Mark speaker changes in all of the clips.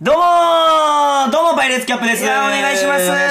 Speaker 1: どうもーどうもパイレーツキャップです
Speaker 2: いやーお願いします
Speaker 1: お願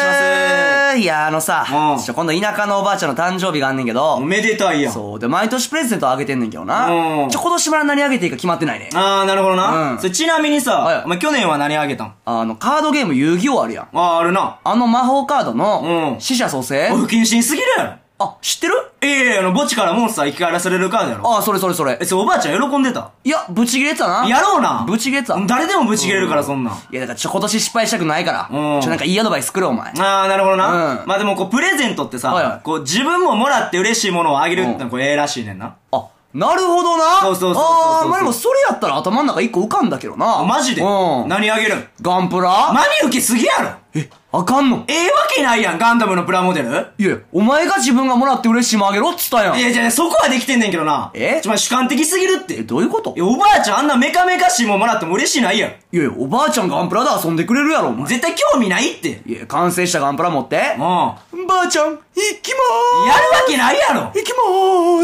Speaker 1: いし
Speaker 2: いやあのさ、
Speaker 1: うん
Speaker 2: ちょっと今度田舎のおばあちゃんの誕生日があんねんけ
Speaker 1: ますお
Speaker 2: ど、
Speaker 1: めでたいやん。
Speaker 2: そう、で、毎年プレゼントあげてんねんけど
Speaker 1: うん
Speaker 2: な。ちょ、今年まだ何あげていいか決まってないね。
Speaker 1: あー、なるほどな。
Speaker 2: うん
Speaker 1: それちなみにさ、
Speaker 2: はい
Speaker 1: お前去年は何あげたん
Speaker 2: あの、カードゲーム遊戯王あるやん。
Speaker 1: あー、あるな。
Speaker 2: あの魔法カード
Speaker 1: うん
Speaker 2: の、死者蘇生
Speaker 1: お不謹慎すぎるや
Speaker 2: あ、知ってる
Speaker 1: ろ。いやいや、あの、墓地からモンスター生き返らされるカードやろ。
Speaker 2: あ、それそれそれ
Speaker 1: え、。それおばあちゃん喜んでた
Speaker 2: いや、ブチ切れてたな。
Speaker 1: やろうな。
Speaker 2: ブチ切れてた。い
Speaker 1: 誰でもぶち切れるから、そんなん。
Speaker 2: や、だからちょ、今年失敗したくないから。
Speaker 1: うん
Speaker 2: ちょ、なんかいいアドバイスくれ、お前。
Speaker 1: あー、なるほどな。
Speaker 2: うん
Speaker 1: まあでも、こう、プレゼントってさ、
Speaker 2: はいはい
Speaker 1: こう、自分ももらって嬉しいものをあげるっての
Speaker 2: う
Speaker 1: は、これ、ええらしいねんな。
Speaker 2: あ、なるほどな。
Speaker 1: そうそうそうそうそう
Speaker 2: あー、まあでもそれやったら頭の中一個浮かんだけどな。
Speaker 1: あ、マジで
Speaker 2: うん。
Speaker 1: 何あげるん
Speaker 2: ガンプラ
Speaker 1: 真に受けすぎやろ
Speaker 2: え、あかんの
Speaker 1: ええわけないやん、ガンダムのプラモデル
Speaker 2: いや、お前が自分がもらって嬉しいもんあげろっつったやん。
Speaker 1: い
Speaker 2: え、
Speaker 1: や、じゃあそこはできてんねんけどな。
Speaker 2: え
Speaker 1: ちょ、まあ主観的すぎるって。い
Speaker 2: どういうこと
Speaker 1: や、おばあちゃんあんなメカメカしいもんもらっても嬉しいないやん。
Speaker 2: いやいや、おばあちゃんガンプラで遊んでくれるやろ、お前。
Speaker 1: 絶対興味ないって。
Speaker 2: いや、完成したガンプラ持って。
Speaker 1: うん。や
Speaker 2: ばあちゃん、行きま
Speaker 1: るわけないやろ
Speaker 2: ーす行き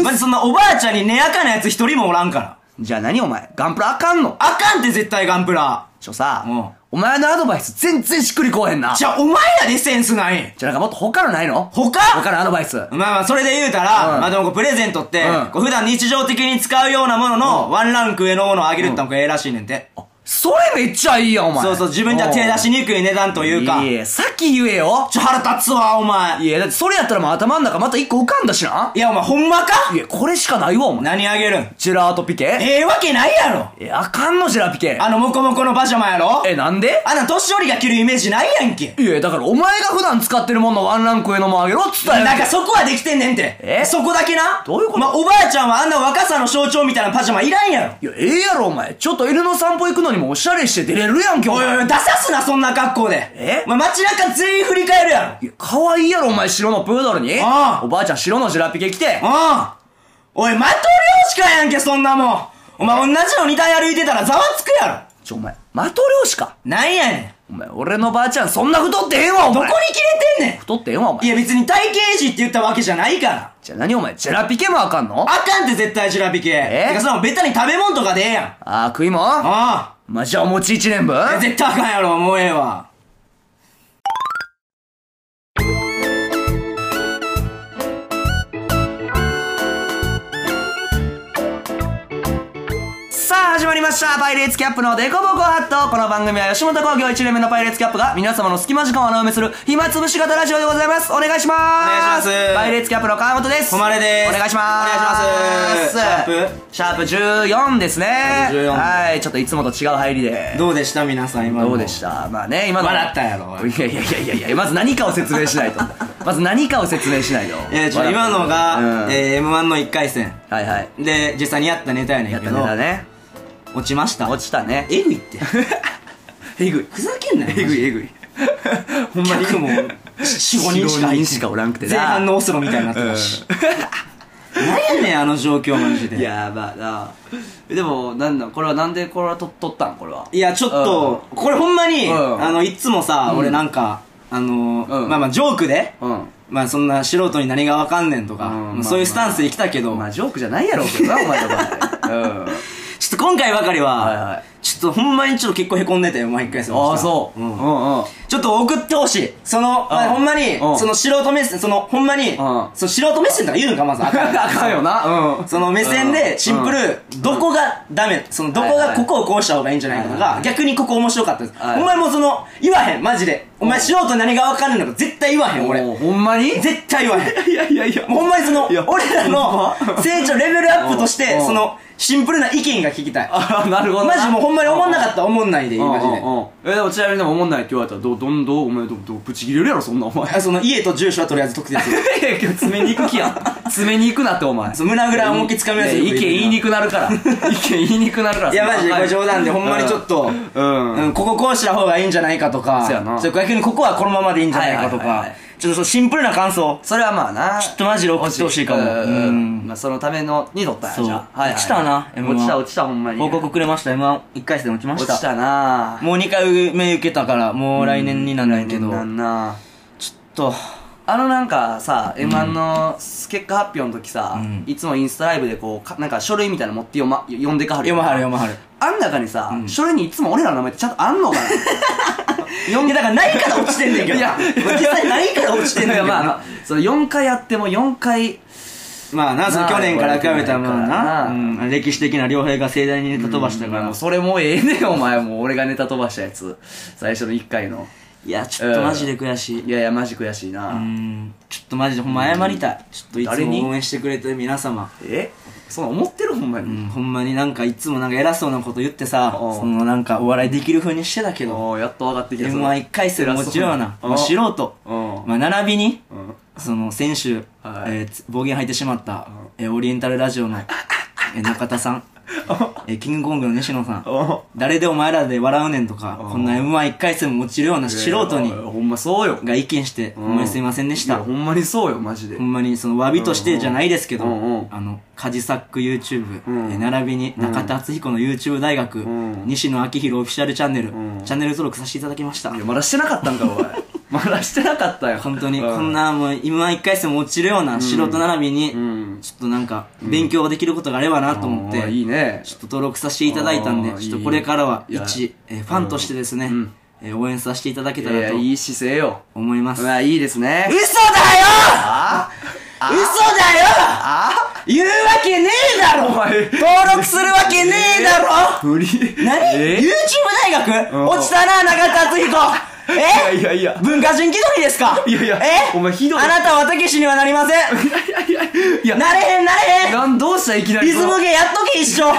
Speaker 2: まー
Speaker 1: まずそんなおばあちゃんに根やかなやつ一人もおらんから。
Speaker 2: すじゃあ何お前、ガンプラあかんの
Speaker 1: あかんって絶対ガンプラ。
Speaker 2: ちょさ
Speaker 1: うん、
Speaker 2: お前のアドバイス全然しっくりこうへんな。
Speaker 1: じ
Speaker 2: じゃ、
Speaker 1: ゃあお前らでセンスない。
Speaker 2: なんかもっと他のないの
Speaker 1: 他
Speaker 2: 他のアドバイス。
Speaker 1: まあまあ、それで言うたら、
Speaker 2: うん
Speaker 1: まあでもこうプレゼントって、
Speaker 2: うん
Speaker 1: こう普段日常的に使うようなものの、ワンランク上のものをあげるってのがええらしいねんて。
Speaker 2: それめっちゃいいやん、お前。
Speaker 1: そうそう、自分じゃ手出しにくい値段というか。
Speaker 2: いや、さっき言えよ。
Speaker 1: ちょ、腹立つわ、お前。
Speaker 2: いや、だってそれやったらもう頭の中また一個浮かんだしな。
Speaker 1: いや、お前、ほんまか
Speaker 2: いや、これしかないわ、お前。
Speaker 1: 何あげるん
Speaker 2: ジェラートピケ
Speaker 1: ええわけないやろ
Speaker 2: え、あかんの、ジェラピケ。
Speaker 1: あの、モコモコのパジャマやろ
Speaker 2: え、なんで
Speaker 1: あんな、年寄りが着るイメージないやんけ。
Speaker 2: いや、だからお前が普段使ってるもののワンランク上のもんあげろっつったやんけ
Speaker 1: なんか、そこはできてんねんて。
Speaker 2: え
Speaker 1: そこだけな。
Speaker 2: どういうこと
Speaker 1: まあ、おばあちゃんはあんな若さの象徴みたいなパジャマいらんやろ。
Speaker 2: いや、ええやろ、お前。ちょっと犬の散歩行くのにもおしゃれして出れるやんけ、お
Speaker 1: おいおい
Speaker 2: 前。
Speaker 1: おい、出さすな、そんな格好で。
Speaker 2: え
Speaker 1: お前、街中全員振り返るや
Speaker 2: い
Speaker 1: ろ。
Speaker 2: や、可愛いやろ、お前、白のプードルに。
Speaker 1: ああ
Speaker 2: おばあちゃん、白のジェラピケ着て。
Speaker 1: ああ。おい、マトリョーシカやんけ、そんなもん。お前、同じの二台歩いてたらざわつくやろ。
Speaker 2: ちょ、お前、マト漁師か。
Speaker 1: なんやね
Speaker 2: お前、俺のばあちゃん、そんな太ってへんわ、お
Speaker 1: ん。どこ
Speaker 2: 前。
Speaker 1: に切れてんねん。
Speaker 2: 太ってへんわ、お
Speaker 1: い
Speaker 2: 前。
Speaker 1: や別に体型維持って言ったわけじゃないから。
Speaker 2: じゃあ何お前、ジェラピケもあかんのあ
Speaker 1: あかんって絶対ジュラピ系。
Speaker 2: え
Speaker 1: てかそのベタに食べ物とかでええやん。あ
Speaker 2: あー、食いもん
Speaker 1: あ。
Speaker 2: まあ、じゃあお餅一年分
Speaker 1: え絶対あかんやろ、もうええわ。
Speaker 2: さあ始まりましたパイレーツキャップのデコボコハットこの番組は吉本興業1年目のパイレーツキャップが皆様の隙間時間を穴埋めする暇つぶし型ラジオでございますお願いしまーす
Speaker 1: お願いします
Speaker 2: パイレーツキャップの川本です
Speaker 1: 誉れです
Speaker 2: お願いしまーす
Speaker 1: お願いします
Speaker 2: シャープシャープ14ですね
Speaker 1: シャープ14
Speaker 2: はいちょっといつもと違う入りで
Speaker 1: どうでした皆さん、今の。
Speaker 2: どうでしたまあね今の
Speaker 1: 笑ったやろおい
Speaker 2: いやいやいやいやいやまず何かを説明し ないとまず何かを説明しないと
Speaker 1: えー、ちょ、今のが、
Speaker 2: うん
Speaker 1: えー、M1 の1回戦。
Speaker 2: はいはい
Speaker 1: で、実際にやったネタやね
Speaker 2: や
Speaker 1: ん
Speaker 2: っ
Speaker 1: け
Speaker 2: た
Speaker 1: ど
Speaker 2: ね、だね
Speaker 1: 落ちました。
Speaker 2: 落ちたね
Speaker 1: えぐいって。
Speaker 2: えぐい
Speaker 1: ふざけんなよ。
Speaker 2: えぐい
Speaker 1: い。
Speaker 2: えぐいほんまに
Speaker 1: 客も、4、5人しか
Speaker 2: 4-5
Speaker 1: 入って
Speaker 2: 人しかおらんくてな
Speaker 1: 前半のオスロみたいになってたし。なんやねん、あの状況、マジで。
Speaker 2: いやまあなえでもなんなんこれはなんでこれはと取ったんこれはい
Speaker 1: や、ちょっと、これほんまに、
Speaker 2: うん
Speaker 1: あの、いつもさ、
Speaker 2: うん
Speaker 1: 俺なんか、あのー、
Speaker 2: うん
Speaker 1: まあまあ、ジョークで、
Speaker 2: うん
Speaker 1: まあそんな素人に何がわかんねんとか、
Speaker 2: うん
Speaker 1: まあ
Speaker 2: まあ
Speaker 1: そういうスタンスで来たけど、
Speaker 2: まあジョークじゃないやろうけどなお前の場合 うん
Speaker 1: ちょっと今回ばかりは、
Speaker 2: はいはい
Speaker 1: ちょっとほんまにちょっと結構へこんでたよ、毎回
Speaker 2: ああそう
Speaker 1: う
Speaker 2: うんんうん
Speaker 1: ちょっと送ってほしい。その、まあ
Speaker 2: うん
Speaker 1: ほんまに、
Speaker 2: うん
Speaker 1: その素人目線、その、ほんまに、その素人目線とか言うんか、まず。あかん
Speaker 2: あかんよなうん
Speaker 1: その目線でシンプル、どこがダメ、そのどこ
Speaker 2: はい
Speaker 1: が
Speaker 2: はい
Speaker 1: ここをこうした方がいいんじゃないかと
Speaker 2: はい
Speaker 1: か
Speaker 2: は、い
Speaker 1: 逆にここ面白かったです。
Speaker 2: はい
Speaker 1: お前もうその、言わへん、マジで。お前素人に何がわかんないのか絶対言わへ
Speaker 2: うん
Speaker 1: ん、俺
Speaker 2: お。ーほんまに
Speaker 1: 絶対言わへん。
Speaker 2: いやいやいや
Speaker 1: もうほんまにその
Speaker 2: いや、
Speaker 1: 俺らの
Speaker 2: ほんま
Speaker 1: 成長レベルアップとし
Speaker 2: う
Speaker 1: て、
Speaker 2: んうん
Speaker 1: その、シンプルな意見が聞きたい。
Speaker 2: あなるほど
Speaker 1: マジもうほんまに思んな
Speaker 2: っ
Speaker 1: かったら思んないでいい、
Speaker 2: た
Speaker 1: マジで。
Speaker 2: えでもちなみにでも思んないって言われたらどうどんどうお前どうどうぶち切れるやろそんなお 前
Speaker 1: あその、家と住所はとりあえず特定する。
Speaker 2: いや今日詰めに行く気やん詰めに行くなってお前
Speaker 1: そう胸ぐら思いっきり掴むやつ
Speaker 2: い意見言いにくなるから 意見言いにくなるから
Speaker 1: いや、マジでこれ冗談で、ほんまにちょっと、
Speaker 2: うん
Speaker 1: うんこここうした方がいいんじゃないかとか、
Speaker 2: そうやな
Speaker 1: ちょ逆にここはこのままでいいんじゃないかと
Speaker 2: はいはい
Speaker 1: か
Speaker 2: はいはい、
Speaker 1: ちょっとそうシンプルな感想。
Speaker 2: それはまあな。ち
Speaker 1: ょっとマジで送ってほしいかも
Speaker 2: うん
Speaker 1: う
Speaker 2: うんん。まあそのためのに取ったんや
Speaker 1: そう
Speaker 2: じゃあはいはい
Speaker 1: 落ちたな M1
Speaker 2: 落ちた落ちたほんまに。
Speaker 1: 報告くれました、M11 回戦落ちまし
Speaker 2: 落
Speaker 1: た。
Speaker 2: ちたな。
Speaker 1: もう2回目受けたから、もう来年になんないけど、ちょっ
Speaker 2: なんな。
Speaker 1: と、
Speaker 2: あのなんかさ、M1 の結果発表の時さ、
Speaker 1: ん
Speaker 2: いつもインスタライブでこう、かなんか書類みたいなの持って読ま、読んでかはる
Speaker 1: 読
Speaker 2: よ
Speaker 1: まはる読まはる。
Speaker 2: あん中にさ、書類にいつも俺らの名前ってちゃんとあんのかな読
Speaker 1: いや、だからないから落ちてんねんけど。
Speaker 2: いや
Speaker 1: 実際ないから落ちてんね
Speaker 2: い
Speaker 1: んけ
Speaker 2: や
Speaker 1: ど。
Speaker 2: まあまあ、その4回やっても4回、
Speaker 1: まあな、その
Speaker 2: まあ
Speaker 1: 去年から比べたもんな、
Speaker 2: う
Speaker 1: うん、歴史的な両平が盛大にネタ飛ばしたから、
Speaker 2: もうそれもうええねんお 前もう俺がネタ飛ばしたやつ。最初の1回の。
Speaker 1: いや、ちょっとマジで悔しい。
Speaker 2: いやいや、マジ悔しいな。
Speaker 1: うん、ちょっとマジでほんま謝りたい。ちょっといつ
Speaker 2: 誰に
Speaker 1: も応援してくれてる皆様。
Speaker 2: えそんな思ってるほんま
Speaker 1: う
Speaker 2: に。
Speaker 1: ん、ほんまになんかいつもなんか偉そうなこと言ってさ、
Speaker 2: うん
Speaker 1: そのなんかお笑いできる風にしてたけど、
Speaker 2: おーやっと上がってきた。
Speaker 1: M11 回戦もちろんな、まあ、素
Speaker 2: 白。
Speaker 1: 人、
Speaker 2: うん
Speaker 1: まあ並びに、
Speaker 2: うん
Speaker 1: その先週、
Speaker 2: はい
Speaker 1: えーつ暴言吐いてしまった、えーオリエンタルラジオの、えー中田 さん、えーキングコングの西野さん、
Speaker 2: お
Speaker 1: 誰でお前らで笑うねんとか、こんな M11 回戦も落ちるような素人に
Speaker 2: いや、いやほんまそうよ。
Speaker 1: が意見して、ほんまにすいませんでし
Speaker 2: い
Speaker 1: た
Speaker 2: や。ほんまにそうよ、マジで
Speaker 1: ほ。んまにその詫びとしてじゃないですけど、
Speaker 2: うんうん
Speaker 1: あの、カジサック YouTube、
Speaker 2: うん
Speaker 1: えー並びに中田敦彦の YouTube 大学、
Speaker 2: ん
Speaker 1: 西野昭弘オフィシャルチャンネル、
Speaker 2: うん
Speaker 1: チャンネル登録させていただきました
Speaker 2: い。や、 まだしてなかったんか、お前。まだしてなかったよ。
Speaker 1: 本当に、
Speaker 2: う
Speaker 1: こん。なもう今1回戦も落ちるような素人並びに、
Speaker 2: うん。
Speaker 1: ちょっとなんか、勉強できることがあればなと思って、
Speaker 2: あーいいね。
Speaker 1: ちょっと登録させていただいたんで
Speaker 2: あ、ー
Speaker 1: ちょっとこれからはい
Speaker 2: い
Speaker 1: 一、えーファンとしてですね、
Speaker 2: ん
Speaker 1: えー応援させていただけ
Speaker 2: い
Speaker 1: たら
Speaker 2: や、
Speaker 1: と
Speaker 2: いい姿勢よ。
Speaker 1: 思います。
Speaker 2: まあ、いいですね。
Speaker 1: 嘘だよ
Speaker 2: あ
Speaker 1: 嘘だよ
Speaker 2: あ
Speaker 1: 言うわけねえだ
Speaker 2: お
Speaker 1: ろ
Speaker 2: 前
Speaker 1: 登録するわけねえだろ
Speaker 2: 無理
Speaker 1: 何、
Speaker 2: え
Speaker 1: ?YouTube 大
Speaker 2: うん
Speaker 1: 学落ちたな、中田敦彦え
Speaker 2: いやいやいや
Speaker 1: 文化人気取りですか
Speaker 2: いやいや
Speaker 1: え
Speaker 2: お前ひどい
Speaker 1: あなたはたけしにはなりませ ん
Speaker 2: いやいやいや
Speaker 1: なれへんなれへん
Speaker 2: なんどうしたいきなり
Speaker 1: リズム芸やっと け一生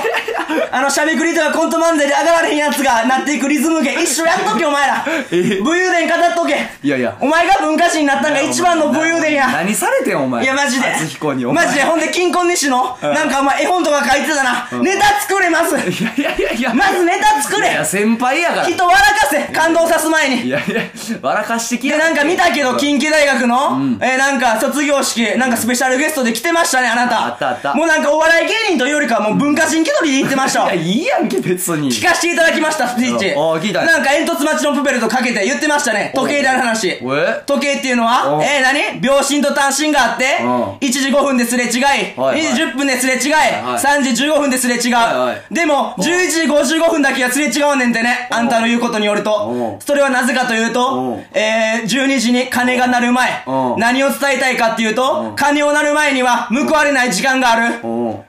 Speaker 1: あのしゃべくりとかコント漫才で上がられへんやつがなっていくリズム 芸一生やっとけお前ら
Speaker 2: え
Speaker 1: 武勇伝語っとけ
Speaker 2: いやいや
Speaker 1: お前が文化人になったんが一番の武勇伝や
Speaker 2: 何されてんお前
Speaker 1: いや、マジで。
Speaker 2: 厚彦にお前
Speaker 1: マジで、ほんで、金婚西の、なんかお前、絵本とか書いてたな。ネタ作れます。
Speaker 2: いやいやいやいや
Speaker 1: まずネタ作
Speaker 2: いやい
Speaker 1: れ
Speaker 2: や。先輩やから
Speaker 1: 人笑かせ。感動さす前
Speaker 2: い
Speaker 1: に。
Speaker 2: やいや笑かしてき
Speaker 1: で、
Speaker 2: や
Speaker 1: なんか見たけど、近畿大学の、えー、なんか、卒業式、なんかスペシャルゲストで来てましたね、あなた。
Speaker 2: あったあった
Speaker 1: もうなんか、お笑い芸人というよりかは、もう文化人気取りで行ってました わ
Speaker 2: いやいいやんけ別に
Speaker 1: 聞かせていただきました、スピーチ。
Speaker 2: ああ聞いたね
Speaker 1: なんか、煙突町のプペルとかけて言ってましたね。時計台の話。
Speaker 2: おえ
Speaker 1: 時計っていうの
Speaker 2: お
Speaker 1: は、えー、何秒針と単針があって、
Speaker 2: う
Speaker 1: 1時5分ですれ違い、
Speaker 2: はい
Speaker 1: 2時10分ですれ違い、
Speaker 2: はい
Speaker 1: 3時15分ですれ違う。
Speaker 2: はいはい
Speaker 1: でも、11時55分だけはすれ違うねんてね。あんたの言うことによる
Speaker 2: お
Speaker 1: と。それはなぜかという
Speaker 2: お
Speaker 1: と、えー、12時に鐘が鳴る前
Speaker 2: お、
Speaker 1: 何を伝えたいかっていう
Speaker 2: お
Speaker 1: と、鐘を鳴る前には報われない時間がある。
Speaker 2: おう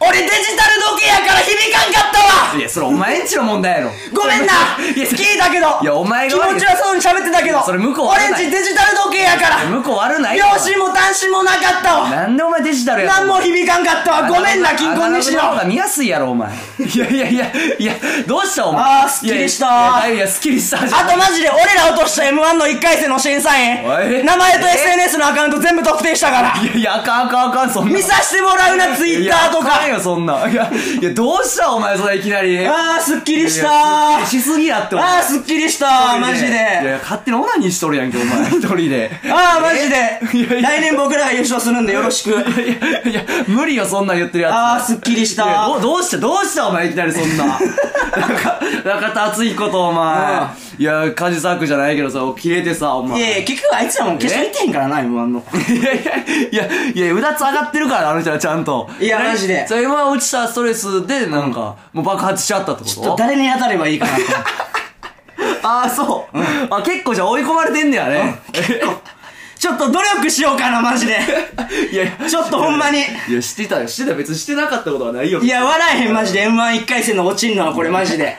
Speaker 1: 俺デジタル時計やから響かんかったわ
Speaker 2: いやそれお前んちの問題やろ
Speaker 1: ごめんな聞いたけど
Speaker 2: いやお前が悪い
Speaker 1: 気持ちよそうに喋ってたけど
Speaker 2: それ向こう悪
Speaker 1: 俺ん
Speaker 2: ない
Speaker 1: ちデジタル時計やから
Speaker 2: 向こう悪ない
Speaker 1: 両親も単身もなかったわ
Speaker 2: なんでお前デジタルや
Speaker 1: 何も響かんかったわごめんな金婚西
Speaker 2: の方
Speaker 1: 野
Speaker 2: が見やすいやろお前いやいやいやいやどうしたお前
Speaker 1: あーすっきりした
Speaker 2: いやいやいやすっきりしたじゃん
Speaker 1: あとマジで俺ら落とした M1 の1回戦の審査員
Speaker 2: おい
Speaker 1: 名前と
Speaker 2: え
Speaker 1: SNS のアカウント全部特定したから
Speaker 2: いやいやあかんあかんあかんそんな
Speaker 1: 見さしてもらうな Twitter と
Speaker 2: いやあ
Speaker 1: か
Speaker 2: んよそんないやいやどうしたお前それいきなり
Speaker 1: あーすっき
Speaker 2: いや
Speaker 1: り
Speaker 2: い
Speaker 1: し
Speaker 2: や
Speaker 1: た
Speaker 2: っきりしすぎやってお前
Speaker 1: あーすっきりしたマジ
Speaker 2: いやい
Speaker 1: で
Speaker 2: や勝手にオナニーしとるやんけお前一人で
Speaker 1: ああマジ
Speaker 2: いやいや
Speaker 1: で来年僕らが優勝するんでよろしく
Speaker 2: いやいや無理よそんなん言ってるやつ
Speaker 1: ああすっきりし
Speaker 2: いや
Speaker 1: た
Speaker 2: どうどうしたどうしたお前いきなりそんななんか中田敦彦とお前いやカジサックじゃないけどさ切れてさお前
Speaker 1: いやいや、結局あいつらも決勝行ってへんからな、M1 の。
Speaker 2: いやいやいやいやうだつ上がってるからあの人はちゃんと
Speaker 1: いやマジで
Speaker 2: それ今落ちたストレスでなんか、もう爆発しちゃったってこと
Speaker 1: 誰に当たればいいかなと思って。
Speaker 2: ああそう、あ結構じゃあ追い込まれてんねやね、
Speaker 1: ちょっと努力しようかな、マジで。
Speaker 2: いやいや
Speaker 1: ちょっとほんまに
Speaker 2: いやしてたよしてた別にしてなかったことはないよ
Speaker 1: いや、笑えへん、マジで。M11 回戦の落ちんのは、これマジで。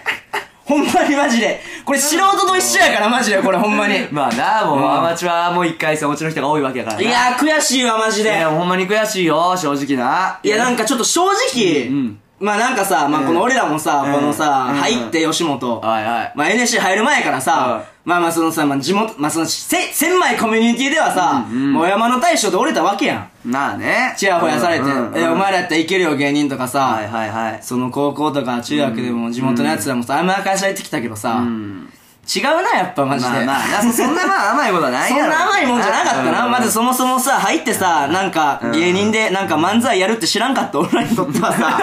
Speaker 1: ほんまにマジで。これ素人と一緒やから、マジで、これほんまに。い
Speaker 2: まあなもう、
Speaker 1: ん
Speaker 2: アマチュアも一回戦落ちの人が多いわけやからない
Speaker 1: やー、悔しいわ、マジで。
Speaker 2: やほんまに悔しいよ正直ない
Speaker 1: いや、なんかちょっと正直
Speaker 2: ん、
Speaker 1: まあなんかさ、まあこの俺らもさ、このさ、入って吉本、
Speaker 2: はいはい
Speaker 1: まあ NSC 入る前から
Speaker 2: は
Speaker 1: さ、まあまあそのさ、まあ地元、まあその、せ、千枚コミュニティではさ、もう山の大将で折れたわけやん。
Speaker 2: なあね
Speaker 1: チヤホヤされて、
Speaker 2: うんうんうん
Speaker 1: え、お前らやったらいけるよ芸人とかさ、
Speaker 2: はいはいはい
Speaker 1: その高校とか中学でも地元のやつらもさ、甘やかしれてきたけどさ、違うな、やっぱマジで。
Speaker 2: まあまあなそそんなまあ甘いことはない
Speaker 1: そん
Speaker 2: やろ
Speaker 1: な甘いもんじゃなかったな。
Speaker 2: うん
Speaker 1: まずそも そもさ、入ってさ、なんか芸人でなんか漫才やるって知らんかった俺らにとってはさ、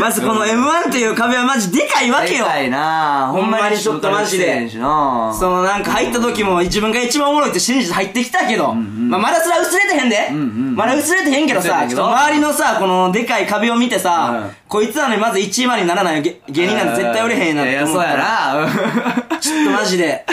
Speaker 1: まずこの M1 という壁はマジでかいわけ
Speaker 2: で
Speaker 1: よ。
Speaker 2: かいな
Speaker 1: ほんまにちょっとマジで
Speaker 2: しな
Speaker 1: そのなんか入った時も自分が一番おもろいって信じて入ってきたけど、まあまだそれは薄れてへんで、まだ薄れてへんけど
Speaker 2: 薄れてへ
Speaker 1: さ、
Speaker 2: ん
Speaker 1: ち
Speaker 2: け
Speaker 1: ょっ
Speaker 2: ど
Speaker 1: と周りのさ、このでかい壁を見てさ、
Speaker 2: うん
Speaker 1: こいつなのにまず1位までにならないよげ芸人なんて絶対売れへんなっ
Speaker 2: い
Speaker 1: て
Speaker 2: や、
Speaker 1: 思
Speaker 2: そうう
Speaker 1: から
Speaker 2: やな。
Speaker 1: ちょっとマジで、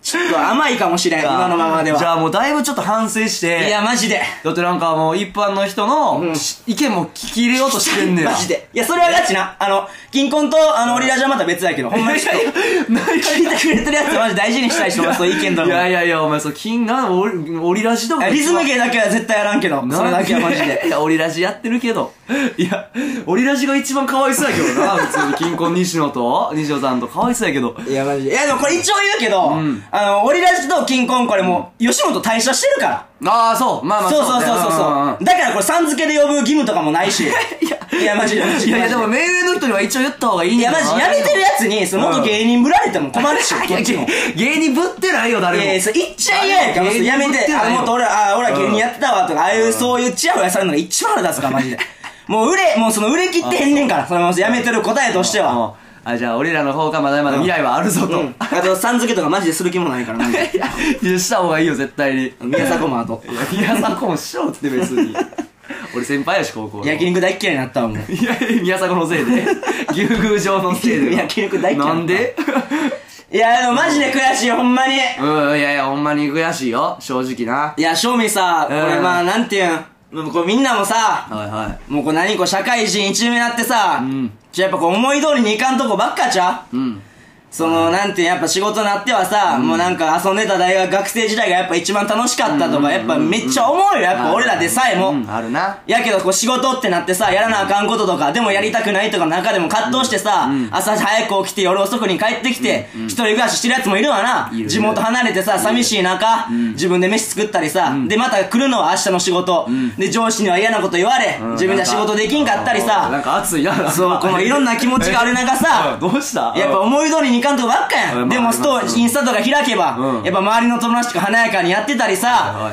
Speaker 1: ちょっと甘いかも しれん、 今のままで
Speaker 2: じ
Speaker 1: は。
Speaker 2: ゃあもうだいぶちょっと反省して。
Speaker 1: いや、マジで。
Speaker 2: だってなんかもう一般の人のし意見も聞き入れようとしてんねや。
Speaker 1: マジで。いや、それはガチな。あの、銀婚と、あの、オリラジはまた別やけど、ほんまにちょっと、聞いてくれてるやつはマジ大事にしたいし、俺そういう意見だ
Speaker 2: いやい
Speaker 1: ろ。
Speaker 2: やいや、お前そう、金がオリオリラジとか。
Speaker 1: リズム芸だけは絶対やらんけど、それだけはマ ジ
Speaker 2: い
Speaker 1: で。
Speaker 2: や、オリラジやってるけど。いや、オリラジが一番かわいそうやけど な、普通に。金婚西野と、西野さんとかわいそうやけど。
Speaker 1: いや、マジで。いや、でもこれ一応言うけど、あの、オリラジと金婚これもう、吉本退社してるから。
Speaker 2: ああ、そう。まあまあ、
Speaker 1: そうそうそうそうそう。だからこれ、さん付けで呼ぶ義務とかも ないし。いや、マジで。マジ
Speaker 2: いやいや、でも、
Speaker 1: マジ
Speaker 2: 命令の人には一応言った方がいいん
Speaker 1: い
Speaker 2: だ
Speaker 1: や、マジ、やめてるやつに、その元芸人ぶられても困るし、こっち も。
Speaker 2: 芸人ぶってないよ、誰も。
Speaker 1: ええそれ言っちゃ嫌やから、
Speaker 2: 芸人
Speaker 1: やめ、
Speaker 2: ぶってて
Speaker 1: あ
Speaker 2: ない
Speaker 1: の、もっと俺ら、あ俺ら芸人やってたわとか、ああいう、そういうチヤホヤされるのが一番腹立つから、マ ジで。もう売れ、もうその売れ切ってへんねんから、そのやめてる答えとしては。
Speaker 2: もうあ、じゃあ、俺らの方がまだまだ未来はあるぞと。
Speaker 1: うん。あと、さん付けとかマジでする気もないから、マジで。
Speaker 2: いや、いやした方がいいよ、絶対に。
Speaker 1: 宮迫もあと。
Speaker 2: いや、宮迫もしろって別に。俺先輩やし、高校の。
Speaker 1: 焼肉大っ嫌いになった わ、もう。
Speaker 2: いや、宮迫のせいで。牛宮城のせいで。
Speaker 1: 焼肉大嫌い
Speaker 2: なんで
Speaker 1: いや、でもマジで悔しい、ほんまに。
Speaker 2: うん、いやいや、ほんまに悔しいよ、正直な。
Speaker 1: いや、正味さ、こ
Speaker 2: うん
Speaker 1: れまあ、なんていうん、もうこうみんなもさ、
Speaker 2: はいは
Speaker 1: もうこう何こう社会人一年になってさ、じゃあやっぱこう思い通りにいかんとこばっかちゃ
Speaker 2: い。うん。
Speaker 1: その、なんていうやっぱ仕事なってはさ、もうなんか遊んでた大学、学生時代がやっぱ一番楽しかったとか、やっぱめっちゃ思うよ、やっぱ俺らでさえも。
Speaker 2: うんあるな。
Speaker 1: やけど、こう仕事ってなってさ、やらなあかんこととか、でもやりたくないとかの中でも葛藤してさ、朝早く起きて夜遅くに帰ってきて、一人暮らししてるやつもいるわな。
Speaker 2: いる
Speaker 1: 地元離れてさ、寂しい中、自分で飯作ったりさ、で、また来るのは明日の仕事、で、上司には嫌なこと言われ、
Speaker 2: うん
Speaker 1: 自分では仕事できんかったり
Speaker 2: うんなん
Speaker 1: さ、
Speaker 2: か熱いな。
Speaker 1: そう、このいろんな気持ちがある中
Speaker 2: さ
Speaker 1: さ、
Speaker 2: どうした
Speaker 1: やっぱ思い通りにいかんとこばっかや。
Speaker 2: うんん
Speaker 1: で
Speaker 2: ま
Speaker 1: も
Speaker 2: あ
Speaker 1: スト
Speaker 2: ありま
Speaker 1: ー、
Speaker 2: す
Speaker 1: インスタとか開けば
Speaker 2: う、ん
Speaker 1: やっぱ周りの友達とか華やかにやってた
Speaker 2: はいはい
Speaker 1: り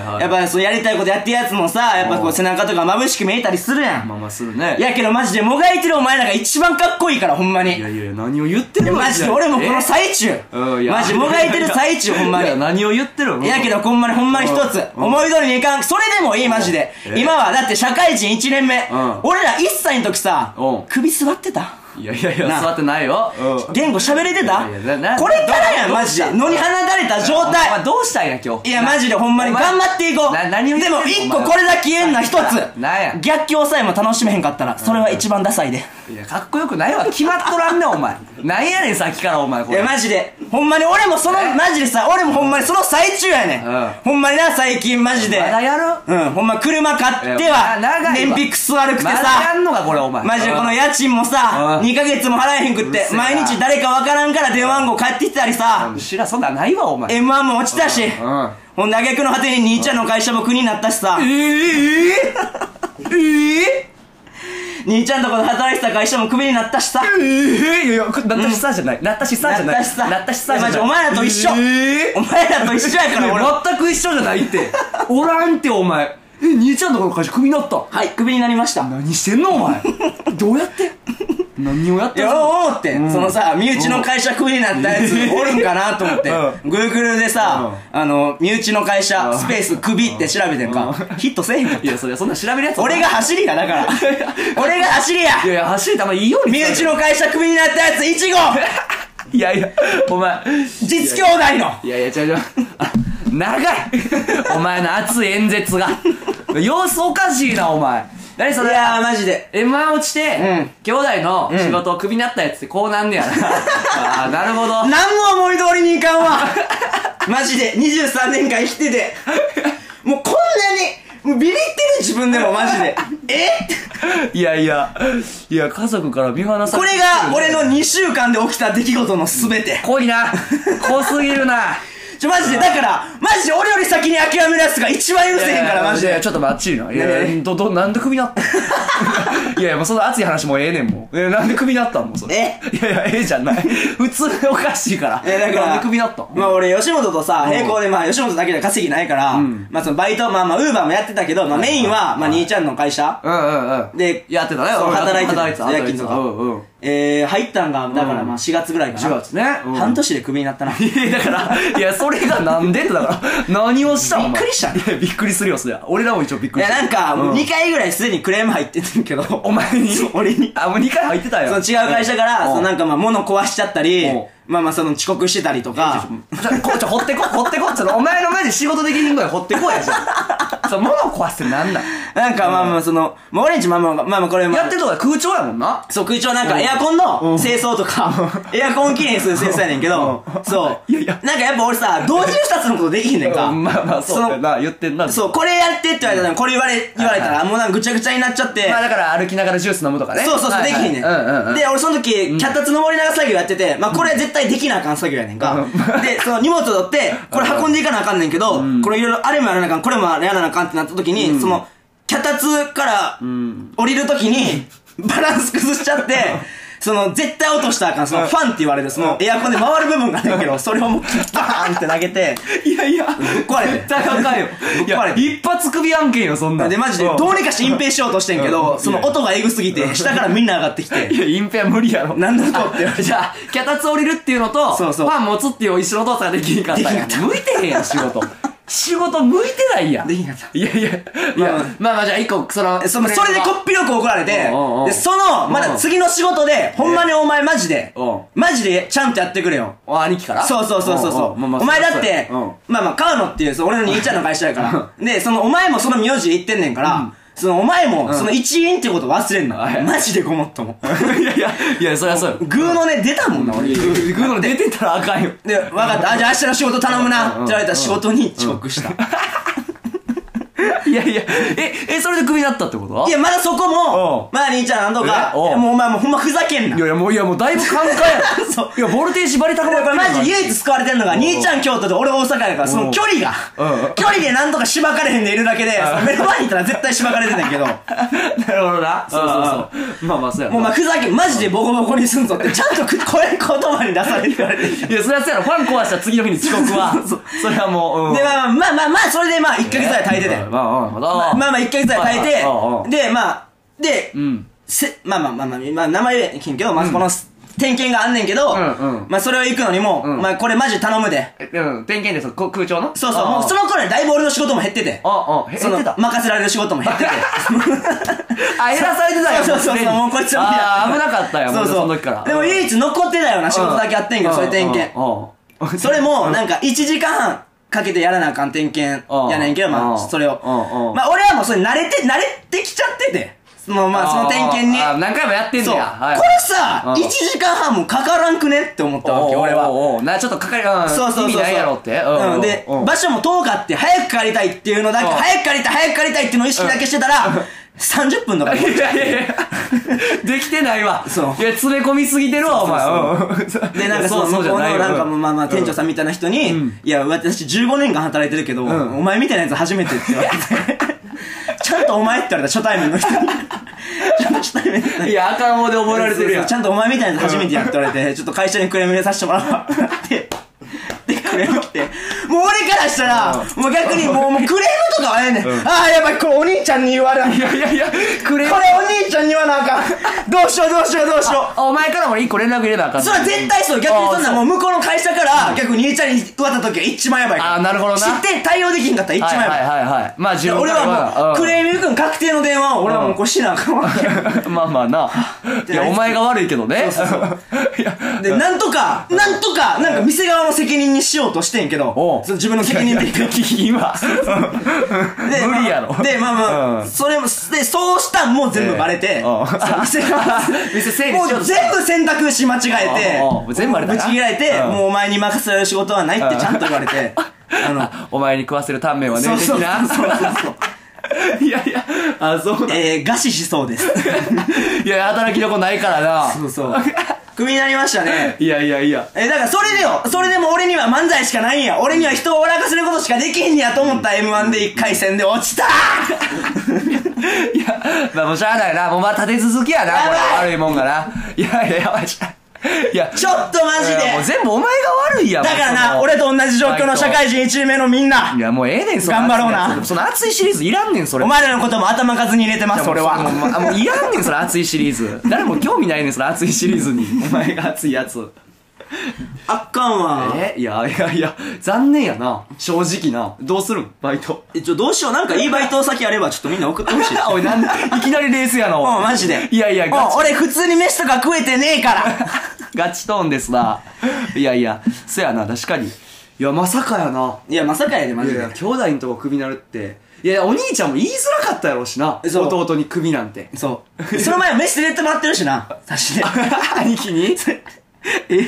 Speaker 1: さ
Speaker 2: は、い
Speaker 1: やっぱそうやりたいことやってるやつもさ、やっぱこ
Speaker 2: う
Speaker 1: うん背中とか眩しく見えたりするや
Speaker 2: まあ
Speaker 1: ん。
Speaker 2: まあするね。
Speaker 1: いやけどマジでもがいてるお前らが一番かっこいいから、ほんま
Speaker 2: い
Speaker 1: に。
Speaker 2: やいやいや、何を言ってるの
Speaker 1: マジで俺もこの最中。
Speaker 2: うんいや
Speaker 1: マジもがいてる最中、ほんま
Speaker 2: いや、
Speaker 1: に。
Speaker 2: 何を言ってるの
Speaker 1: いやけどほんまにほんまに一つ、
Speaker 2: うん
Speaker 1: 思い通りにいかん。それでもいい、マジで。
Speaker 2: うん
Speaker 1: 今は、だって社会人1年目
Speaker 2: ん。
Speaker 1: 俺ら1歳の時さ
Speaker 2: うん、
Speaker 1: 首座ってた
Speaker 2: いやいやい
Speaker 1: な
Speaker 2: や、座ってないよ。うん
Speaker 1: 言語喋れてた
Speaker 2: いやいやなな
Speaker 1: これからやん、
Speaker 2: どう
Speaker 1: マジで。野に放たれた状
Speaker 2: お前
Speaker 1: 態。
Speaker 2: どうしたいな、今日。
Speaker 1: いや、マジでほんまに
Speaker 2: お前
Speaker 1: 頑張っていこう。
Speaker 2: な何を言
Speaker 1: で
Speaker 2: ってんの
Speaker 1: も、一個
Speaker 2: お前
Speaker 1: これだけ言えんの一つ
Speaker 2: なんや。
Speaker 1: 逆境さえも楽しめへんかったら、それは一番ダサいで。
Speaker 2: いや、かっこよくないわ。決まっとらんねん、お前。なんやねん、さっきから、お前、こ
Speaker 1: い
Speaker 2: れ。
Speaker 1: や、マジで。ほんまに俺もその、
Speaker 2: え
Speaker 1: マジでさ、俺もほんまにその最中やねん
Speaker 2: うん。
Speaker 1: ほんまにな、最近マジで
Speaker 2: ま。だやる
Speaker 1: うん、ほんま車買って
Speaker 2: いやまあ長
Speaker 1: は、
Speaker 2: いわ
Speaker 1: 燃費クソ悪くて
Speaker 2: まだや
Speaker 1: さ。
Speaker 2: んのか、これ、お前。
Speaker 1: マジでこの
Speaker 2: や、
Speaker 1: 家賃もさ、
Speaker 2: うん
Speaker 1: 2ヶ月も払えへんくっ
Speaker 2: うる
Speaker 1: て、
Speaker 2: せえな
Speaker 1: 毎日誰かわからんから電話番号返ってきたりさ。
Speaker 2: 知ら、そんなんないわ、お前。
Speaker 1: M1 も落ちたし、
Speaker 2: ん
Speaker 1: ほんで挙句の果てに兄ちゃんの会社も国になったしさ、
Speaker 2: ええええ
Speaker 1: 兄ちゃんとこで働いてた会社もクビになったしさ、
Speaker 2: ええいやいや、こなったしさじゃない。なったしさじゃない。
Speaker 1: なったしさ
Speaker 2: なったしさじゃない。
Speaker 1: いやマジお前らと一緒
Speaker 2: ええ
Speaker 1: お前らと一緒やから俺は、
Speaker 2: 全く一緒じゃないって。おらんって、お前。え、兄ちゃんのこの会社クビになった。
Speaker 1: はい、クビになりました。い
Speaker 2: 何してんの、お前。どうやって何をやってん
Speaker 1: や、
Speaker 2: の
Speaker 1: おーって、そのさ、身内の会社クビになったやつ
Speaker 2: うん
Speaker 1: おるんかなと思って、
Speaker 2: うん
Speaker 1: Google でさ、あの、身内の会社、スペースクビって調べてんか、ヒットせえへんかっ
Speaker 2: い
Speaker 1: た。
Speaker 2: や、それそんな調べるやつ
Speaker 1: 俺が走りや、だから。俺が走りや
Speaker 2: いやいや、走りたまいいように。
Speaker 1: 身内の会社クビになったやつ1号
Speaker 2: いやいや、お前。
Speaker 1: 実兄弟の
Speaker 2: いやいや、違う違う。あ長いお前の熱い演説が。様子おかしいな、お前。何そ
Speaker 1: い
Speaker 2: れ
Speaker 1: やー、マジで。
Speaker 2: M1 落ちて、
Speaker 1: ん
Speaker 2: 兄弟の仕事をクビになったやつってこうなんねやな。あ ーなるほど。
Speaker 1: 何も思い通りにいかんわマジで23年間生きててもうこんなにもうビビってる自分でもマジでえ
Speaker 2: いやいや、いや、家族から見放さ
Speaker 1: こ
Speaker 2: れ
Speaker 1: れが俺の2週間で起きた出来事の全て
Speaker 2: 濃いな。濃すぎるな。
Speaker 1: ちちょ、マジで、だから、マジで俺より先に諦めるやつが一番許せへんから、マ
Speaker 2: い
Speaker 1: ジ
Speaker 2: やい
Speaker 1: で
Speaker 2: や。ちょっとバッチリな。いや
Speaker 1: ね
Speaker 2: いや、ど、ど、なんでクビなったんいやいや、もうその熱 い話もうええねんもん。え、なんでクビなったんもうそれ。
Speaker 1: え
Speaker 2: いやいや、ええじゃない。普通におかしいから。
Speaker 1: え、だから、
Speaker 2: なんでクビなったん
Speaker 1: まあ俺、吉本とさ、並行で、まあ吉本だけでは稼ぎないから、まあそのバイト、まあまあ、ウーバーもやってたけど、まあメインは、まあ兄ちゃんの会社。
Speaker 2: うんうんうん。
Speaker 1: で
Speaker 2: やってたね。
Speaker 1: そう
Speaker 2: 俺
Speaker 1: 働いてた
Speaker 2: 働いてた。
Speaker 1: 夜勤とか
Speaker 2: 働いてたうんうん。
Speaker 1: えー、入ったんが、だからまあ4月ぐらいかな。
Speaker 2: 4月ねうん
Speaker 1: 半年でクビになったな。
Speaker 2: いやだから、いや、それがなんでってだから、何をしたんお前
Speaker 1: びっくりしたね
Speaker 2: いや、びっくりするよ、そりゃ。俺らも一応びっく
Speaker 1: い
Speaker 2: りし
Speaker 1: や、
Speaker 2: た。
Speaker 1: なんか、もう
Speaker 2: うん
Speaker 1: 2回ぐらいすでにクレーム入ってんねんけど、
Speaker 2: お前に
Speaker 1: そう俺に。
Speaker 2: あ、もう2回入ってたよ。
Speaker 1: その違う会社から、
Speaker 2: うん
Speaker 1: そのなんかまあ、物壊しちゃったり
Speaker 2: うん、
Speaker 1: まあまあ、その遅刻してたりとか、
Speaker 2: じゃあ、こうちょ、掘ってこ、掘ってこっつうの、お前の前で仕事できひんのや、掘ってこやじ ゃん。そう、物壊すってなんなん
Speaker 1: なんかまあまあ、その、まあ、オレンジまあまあ、まあまあ、これも
Speaker 2: やってるとこは空調やもんな。
Speaker 1: そう、空調なんかエアコンの清掃とか、エアコンきれいにする清掃やねんけど、そう。
Speaker 2: いやいや
Speaker 1: なんかやっぱ俺さ、同時に2つのことできひんねんか。
Speaker 2: うんまあまあ、そうだよ
Speaker 1: の
Speaker 2: な、言ってんな。
Speaker 1: そう、これやってって言われたら、これ言われ、言われたら、もうなんかぐちゃぐちゃになっちゃって、
Speaker 2: まあだから歩きながらジュース飲むとかね。
Speaker 1: そうそうそう、
Speaker 2: は
Speaker 1: で
Speaker 2: い
Speaker 1: き
Speaker 2: はい
Speaker 1: ひんねん。
Speaker 2: うんうん。
Speaker 1: で、、俺その時、脚立登りながら作業やってて、まあこれは絶対できなあかん作業やねんか。で、その荷物を取って、これ運んでいかなあかんねんけど、これいろいろあれもやらなあかん、これもやらなあかんってなった時に、その、脚立から降りる時に、バランス崩しちゃって、その、絶対落としたらあかん、その、ファンって言われる、その、エアコンで回る部分があんねんけど、それをもう、バーンって投げて、
Speaker 2: いやい や、
Speaker 1: 壊れて
Speaker 2: 絶対あかんよ。い
Speaker 1: 壊れ
Speaker 2: や、
Speaker 1: て
Speaker 2: 一発首案件よ、そんなん。
Speaker 1: で、マジで、
Speaker 2: ん
Speaker 1: どうにかして隠蔽しようとしてんけ
Speaker 2: う
Speaker 1: ど、
Speaker 2: ん
Speaker 1: その音がエグすぎて、下からみんな上がってきて、
Speaker 2: いや、隠蔽は無理やろ。
Speaker 1: 何の音って言われて
Speaker 2: じゃあ、脚立降りるっていうのと、
Speaker 1: そうそう
Speaker 2: パン持つっていう一緒の動作ができんかったんや
Speaker 1: できん
Speaker 2: 向いてへんやん、仕事。仕事向いてないやん。
Speaker 1: できんかった
Speaker 2: いやいや、い
Speaker 1: まあ
Speaker 2: や、まあまあじゃあ一個、その、
Speaker 1: そのそれでこっぴどく怒られて
Speaker 2: うんうんうん、
Speaker 1: でその、まだ次の仕事で、ほんまにお前マジで
Speaker 2: うん、
Speaker 1: マジでちゃんとやってくれよ。
Speaker 2: お兄貴から
Speaker 1: そうそうそうそう。そうん
Speaker 2: んまあまあ
Speaker 1: お前だって
Speaker 2: そううん、
Speaker 1: まあまあ、買うのっていう、そう俺の兄ちゃんの会社やから。で、そのお前もその名字で言ってんねんから、そのお前もその一員ってこと忘れんの。
Speaker 2: はい
Speaker 1: マジでごもっとも。
Speaker 2: いやいや、いや、そりゃそうよ。
Speaker 1: グーのね、出たもんな、俺。
Speaker 2: い
Speaker 1: で、
Speaker 2: やいやグーの出てたらあかんよ。
Speaker 1: 分かった。あ、じゃあ明日の仕事頼むな。って
Speaker 2: うんうん
Speaker 1: 言われたら仕事に遅刻した。
Speaker 2: いやいや、え、え、それでクビになったってこと
Speaker 1: いや、まだそこ
Speaker 2: うん
Speaker 1: も、まあ兄ちゃんなんとか、
Speaker 2: えうん
Speaker 1: もうお前もうほんまふざけんな。
Speaker 2: いやいや、もう、いや、もうだいぶカンカンや
Speaker 1: そう
Speaker 2: ろ。いや、ボルテージバリ高ま
Speaker 1: これ
Speaker 2: ってる
Speaker 1: マ
Speaker 2: やん
Speaker 1: ジで唯一救われてるのが、兄ちゃん京都で俺大阪やから、その距離が
Speaker 2: うんうん、
Speaker 1: 距離でなんとかしばかれへんでいるだけで、その目の前にいたら絶対しばかれてんだけど、
Speaker 2: なるほどな。
Speaker 1: そうそう
Speaker 2: そう。まあまあ、そうやな
Speaker 1: もうまあふざけん、マジでボコボコにすんぞって、ちゃんとく声言葉に出されて言われて。で、
Speaker 2: いや、それはそうやろ。ファン壊した次の日に遅刻は。
Speaker 1: そう
Speaker 2: それはもう、うん。
Speaker 1: まあまあまあまあまあ、それでまあ1ヶ月ぐらい耐えてて。
Speaker 2: まあ、まあ、まあ、
Speaker 1: まあまあ1ヶ月ぐらい耐
Speaker 2: うんうんうん
Speaker 1: えて、で、まあ、で
Speaker 2: ん、
Speaker 1: せ、まあまあまあまあ、まあ名前言えへんけど、まずこの点検があんねんけど
Speaker 2: うんうん、
Speaker 1: まあそれを行くのにも、
Speaker 2: ん
Speaker 1: まあこれマジで頼むで。
Speaker 2: えうん、点検でそこ空調の
Speaker 1: そうそう、もうそ
Speaker 2: の、
Speaker 1: の頃にだいぶ俺の仕事も減ってて。
Speaker 2: ああ、へ
Speaker 1: そ
Speaker 2: 減っ
Speaker 1: の
Speaker 2: てた。
Speaker 1: 任せられる仕事も減 ってて。
Speaker 2: あ、減らされてたよ。
Speaker 1: そうそうそうそう、もうこいつは
Speaker 2: ああ、危なかったよ、もうその時から。
Speaker 1: でも唯一残ってたような仕事だけやってんけど、それ点検。
Speaker 2: 検
Speaker 1: それも、なんか、1時間半かけてやらなあかん点検やねんけど、
Speaker 2: う
Speaker 1: まあ、
Speaker 2: ん
Speaker 1: それを
Speaker 2: うんうん。
Speaker 1: まあ、俺はもうそれ慣れて、慣れてきちゃってて。その、まあ、その点検に。
Speaker 2: あー何回もやってん
Speaker 1: そ
Speaker 2: だ
Speaker 1: う。これ
Speaker 2: よ。はい
Speaker 1: さ、1
Speaker 2: うん
Speaker 1: 時間半もかからんくねって思ったわけ、俺は。
Speaker 2: おうおうおうな、ちょっとかかり、うん。
Speaker 1: そうそうそうそう。
Speaker 2: 意味ないやろって。
Speaker 1: うん。で、場所も遠かって、早く帰りたいっていうのだけ、
Speaker 2: うん
Speaker 1: 早く帰りたい、早く帰りたいっていうのを意識だけしてたら、30分とかで終わっ
Speaker 2: い
Speaker 1: ちゃ
Speaker 2: や
Speaker 1: う
Speaker 2: いやいや、できてないわ。
Speaker 1: そう
Speaker 2: いや、詰め込みすぎてるわ、お前。うん
Speaker 1: で、なんかその
Speaker 2: いや
Speaker 1: 向こうのなんか
Speaker 2: うん
Speaker 1: もうまあまあ店長さんみたいな人に、いや、私15年間働いてるけど、お前みたいなやつ初めてって言われて、ちゃんとお前って言われた初対面の人に、ちゃんと初対面
Speaker 2: いや、赤ん坊で覚えられてるやん。
Speaker 1: ちゃんとお前みたいなやつ初めてやって言われて、ちょっと会社にクレーム入れさせてもらうわって。で、クレーム来て。もう俺からしたら、もう逆にもうもうクレームとかはええねん。ああ、やばい、これお兄ちゃんに言われ
Speaker 2: いやいやいや、クレー
Speaker 1: こ
Speaker 2: ム。
Speaker 1: れお兄ちゃんに言わなあかん。どうしようどうしようどうしよう。
Speaker 2: あお前からも一個連絡入れなあかんね
Speaker 1: それは絶対そう。逆にそんな
Speaker 2: あ
Speaker 1: もう向こうの会社から、逆に兄ちゃんに渡った時は一番やばいから。
Speaker 2: あーなるほどな
Speaker 1: 知って対応できんかったら一
Speaker 2: はい
Speaker 1: 番やばい。
Speaker 2: はいはいはい。まあ自分
Speaker 1: 俺はもう、ク
Speaker 2: ー
Speaker 1: レーム行くん確定の電話を俺はもうこうしなあかんわ け。
Speaker 2: ム。まあまあな。いや、お前が悪いけどね。
Speaker 1: そうそう
Speaker 2: いや
Speaker 1: で、なんとか、なんとか、なんか店側の責任にしようとしてんけど
Speaker 2: おう、
Speaker 1: その自分の責任で行く。
Speaker 2: 今。
Speaker 1: で
Speaker 2: 無理や
Speaker 1: まあ
Speaker 2: ろ。
Speaker 1: で、まあま
Speaker 2: う
Speaker 1: あ、
Speaker 2: ん
Speaker 1: それも、で、そうしたんも全部バレて、
Speaker 2: えーうん
Speaker 1: そう 店側
Speaker 2: 店整理しようと
Speaker 1: も
Speaker 2: した
Speaker 1: う全部選択肢間違えて
Speaker 2: うんうんうんもう、全部バレた
Speaker 1: ぶ
Speaker 2: な
Speaker 1: ち切られて、
Speaker 2: うん
Speaker 1: もうお前に任せられる仕事はないってちゃんと言われ て、あの、
Speaker 2: お前に食わせるタンメンはね、
Speaker 1: そうそう
Speaker 2: 的な
Speaker 1: そうそう そう。
Speaker 2: いやいや、 あ、そうだ。
Speaker 1: えー、餓死しそうです。
Speaker 2: いや、働きどこないからな。
Speaker 1: そうそう。クビになりましたね。
Speaker 2: いやいやいや。
Speaker 1: え、だからそれでよ、それでも俺には漫才しかないんや。俺には人を笑かせることしかできへんやと思った M1 で一回戦で落ちた
Speaker 2: いや、まあもうしゃあないな。もうまあ立て続きやな、これ。
Speaker 1: やばい
Speaker 2: 悪いもんがな。いやいや、やばいしゃ。いや、
Speaker 1: ちょっとマジで
Speaker 2: いやもう全部お前が悪いやん。
Speaker 1: だから
Speaker 2: も
Speaker 1: な、
Speaker 2: うその、
Speaker 1: 俺と同じ状況の社会人1年目のみんない
Speaker 2: や、もうええねん、その
Speaker 1: 頑張ろうな
Speaker 2: 熱いやつその熱いシリーズいらんねん、それ。
Speaker 1: お前らのことも頭数に入れてます、
Speaker 2: それ
Speaker 1: 俺
Speaker 2: は。もう
Speaker 1: は。
Speaker 2: まあもういらんねん、その熱いシリーズ。誰も興味ないねん、その熱いシリー ズに。お前が熱いやつ。
Speaker 1: あっかんわ。
Speaker 2: えいやいやいや、残念やな。正直な。どうするんバイト。
Speaker 1: え、ちょ、どうしよう。なんかいいバイト先あれば、ちょっとみんな送ってほしい。
Speaker 2: おい、 なんで、いきなりレースや
Speaker 1: も
Speaker 2: の。
Speaker 1: うマジで。
Speaker 2: いやいや、ガ
Speaker 1: もう
Speaker 2: チ、
Speaker 1: 俺普通に飯とか食えてねえから。
Speaker 2: ガチトーンですな。いやいや、そやな、確かに。いや、まさかやな。
Speaker 1: いや、まさかやで、マ
Speaker 2: い
Speaker 1: ジ
Speaker 2: やい
Speaker 1: で
Speaker 2: や、。兄弟のとこクビなるって。いや、お兄ちゃんも言いづらかったやろうしな。
Speaker 1: そう。
Speaker 2: 弟にクビなんて
Speaker 1: そう。その前飯連れてもらってるしな。差しで。
Speaker 2: 兄貴にえ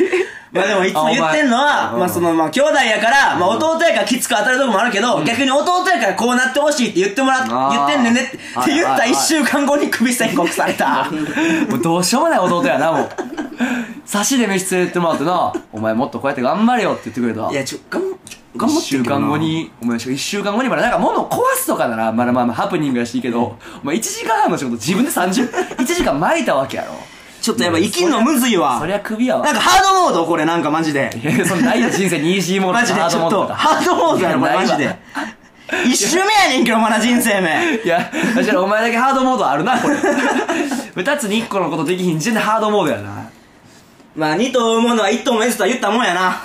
Speaker 1: まあでもいつも言ってんの
Speaker 2: あお前
Speaker 1: は、まあそのまあ兄弟やから、まあ弟やからきつく当たるとこもあるけど、逆に弟やからこうなってほしいって言ってもらっ、
Speaker 2: あ
Speaker 1: 言
Speaker 2: ー
Speaker 1: ってんねんねってって言った
Speaker 2: はいはいはい
Speaker 1: 一週間後に首宣告された。
Speaker 2: もうどうしようもない弟やな、もう。差しで飯連れてってもらってな、お前もっとこうやって頑張れよって言ってくれた。
Speaker 1: いや、ちょ、がん、ちょ頑
Speaker 2: 一
Speaker 1: 張ってん
Speaker 2: 週
Speaker 1: けど
Speaker 2: 間
Speaker 1: な
Speaker 2: 後。に、お前、一週間後にまだ、なんか物を壊すとかなら、まだまあまあハプニングやしいいけど、お前1時間半の仕事自分で30、1時間 巻いたわけやろ。
Speaker 1: ちょっとやっぱ生きんのむずいわ。
Speaker 2: そりゃ首やわ
Speaker 1: なん。かハードモードこれなんかマジで。
Speaker 2: いや そんなないよ人生にイージーモード
Speaker 1: マジで
Speaker 2: ハー
Speaker 1: ち
Speaker 2: ド
Speaker 1: ょ
Speaker 2: モ
Speaker 1: っ
Speaker 2: ード
Speaker 1: と、
Speaker 2: とか
Speaker 1: ハードモードやろ、これ
Speaker 2: い
Speaker 1: マ
Speaker 2: ない
Speaker 1: ジ
Speaker 2: わ
Speaker 1: で。一周目やねんけど、まだ人生め。
Speaker 2: いや、確かにお前だけハードモードあるな、これ。 二つに一個のことできひん時点でハードモードやな。
Speaker 1: まあ、二頭産むものは一頭も得ずとは言ったもん やな。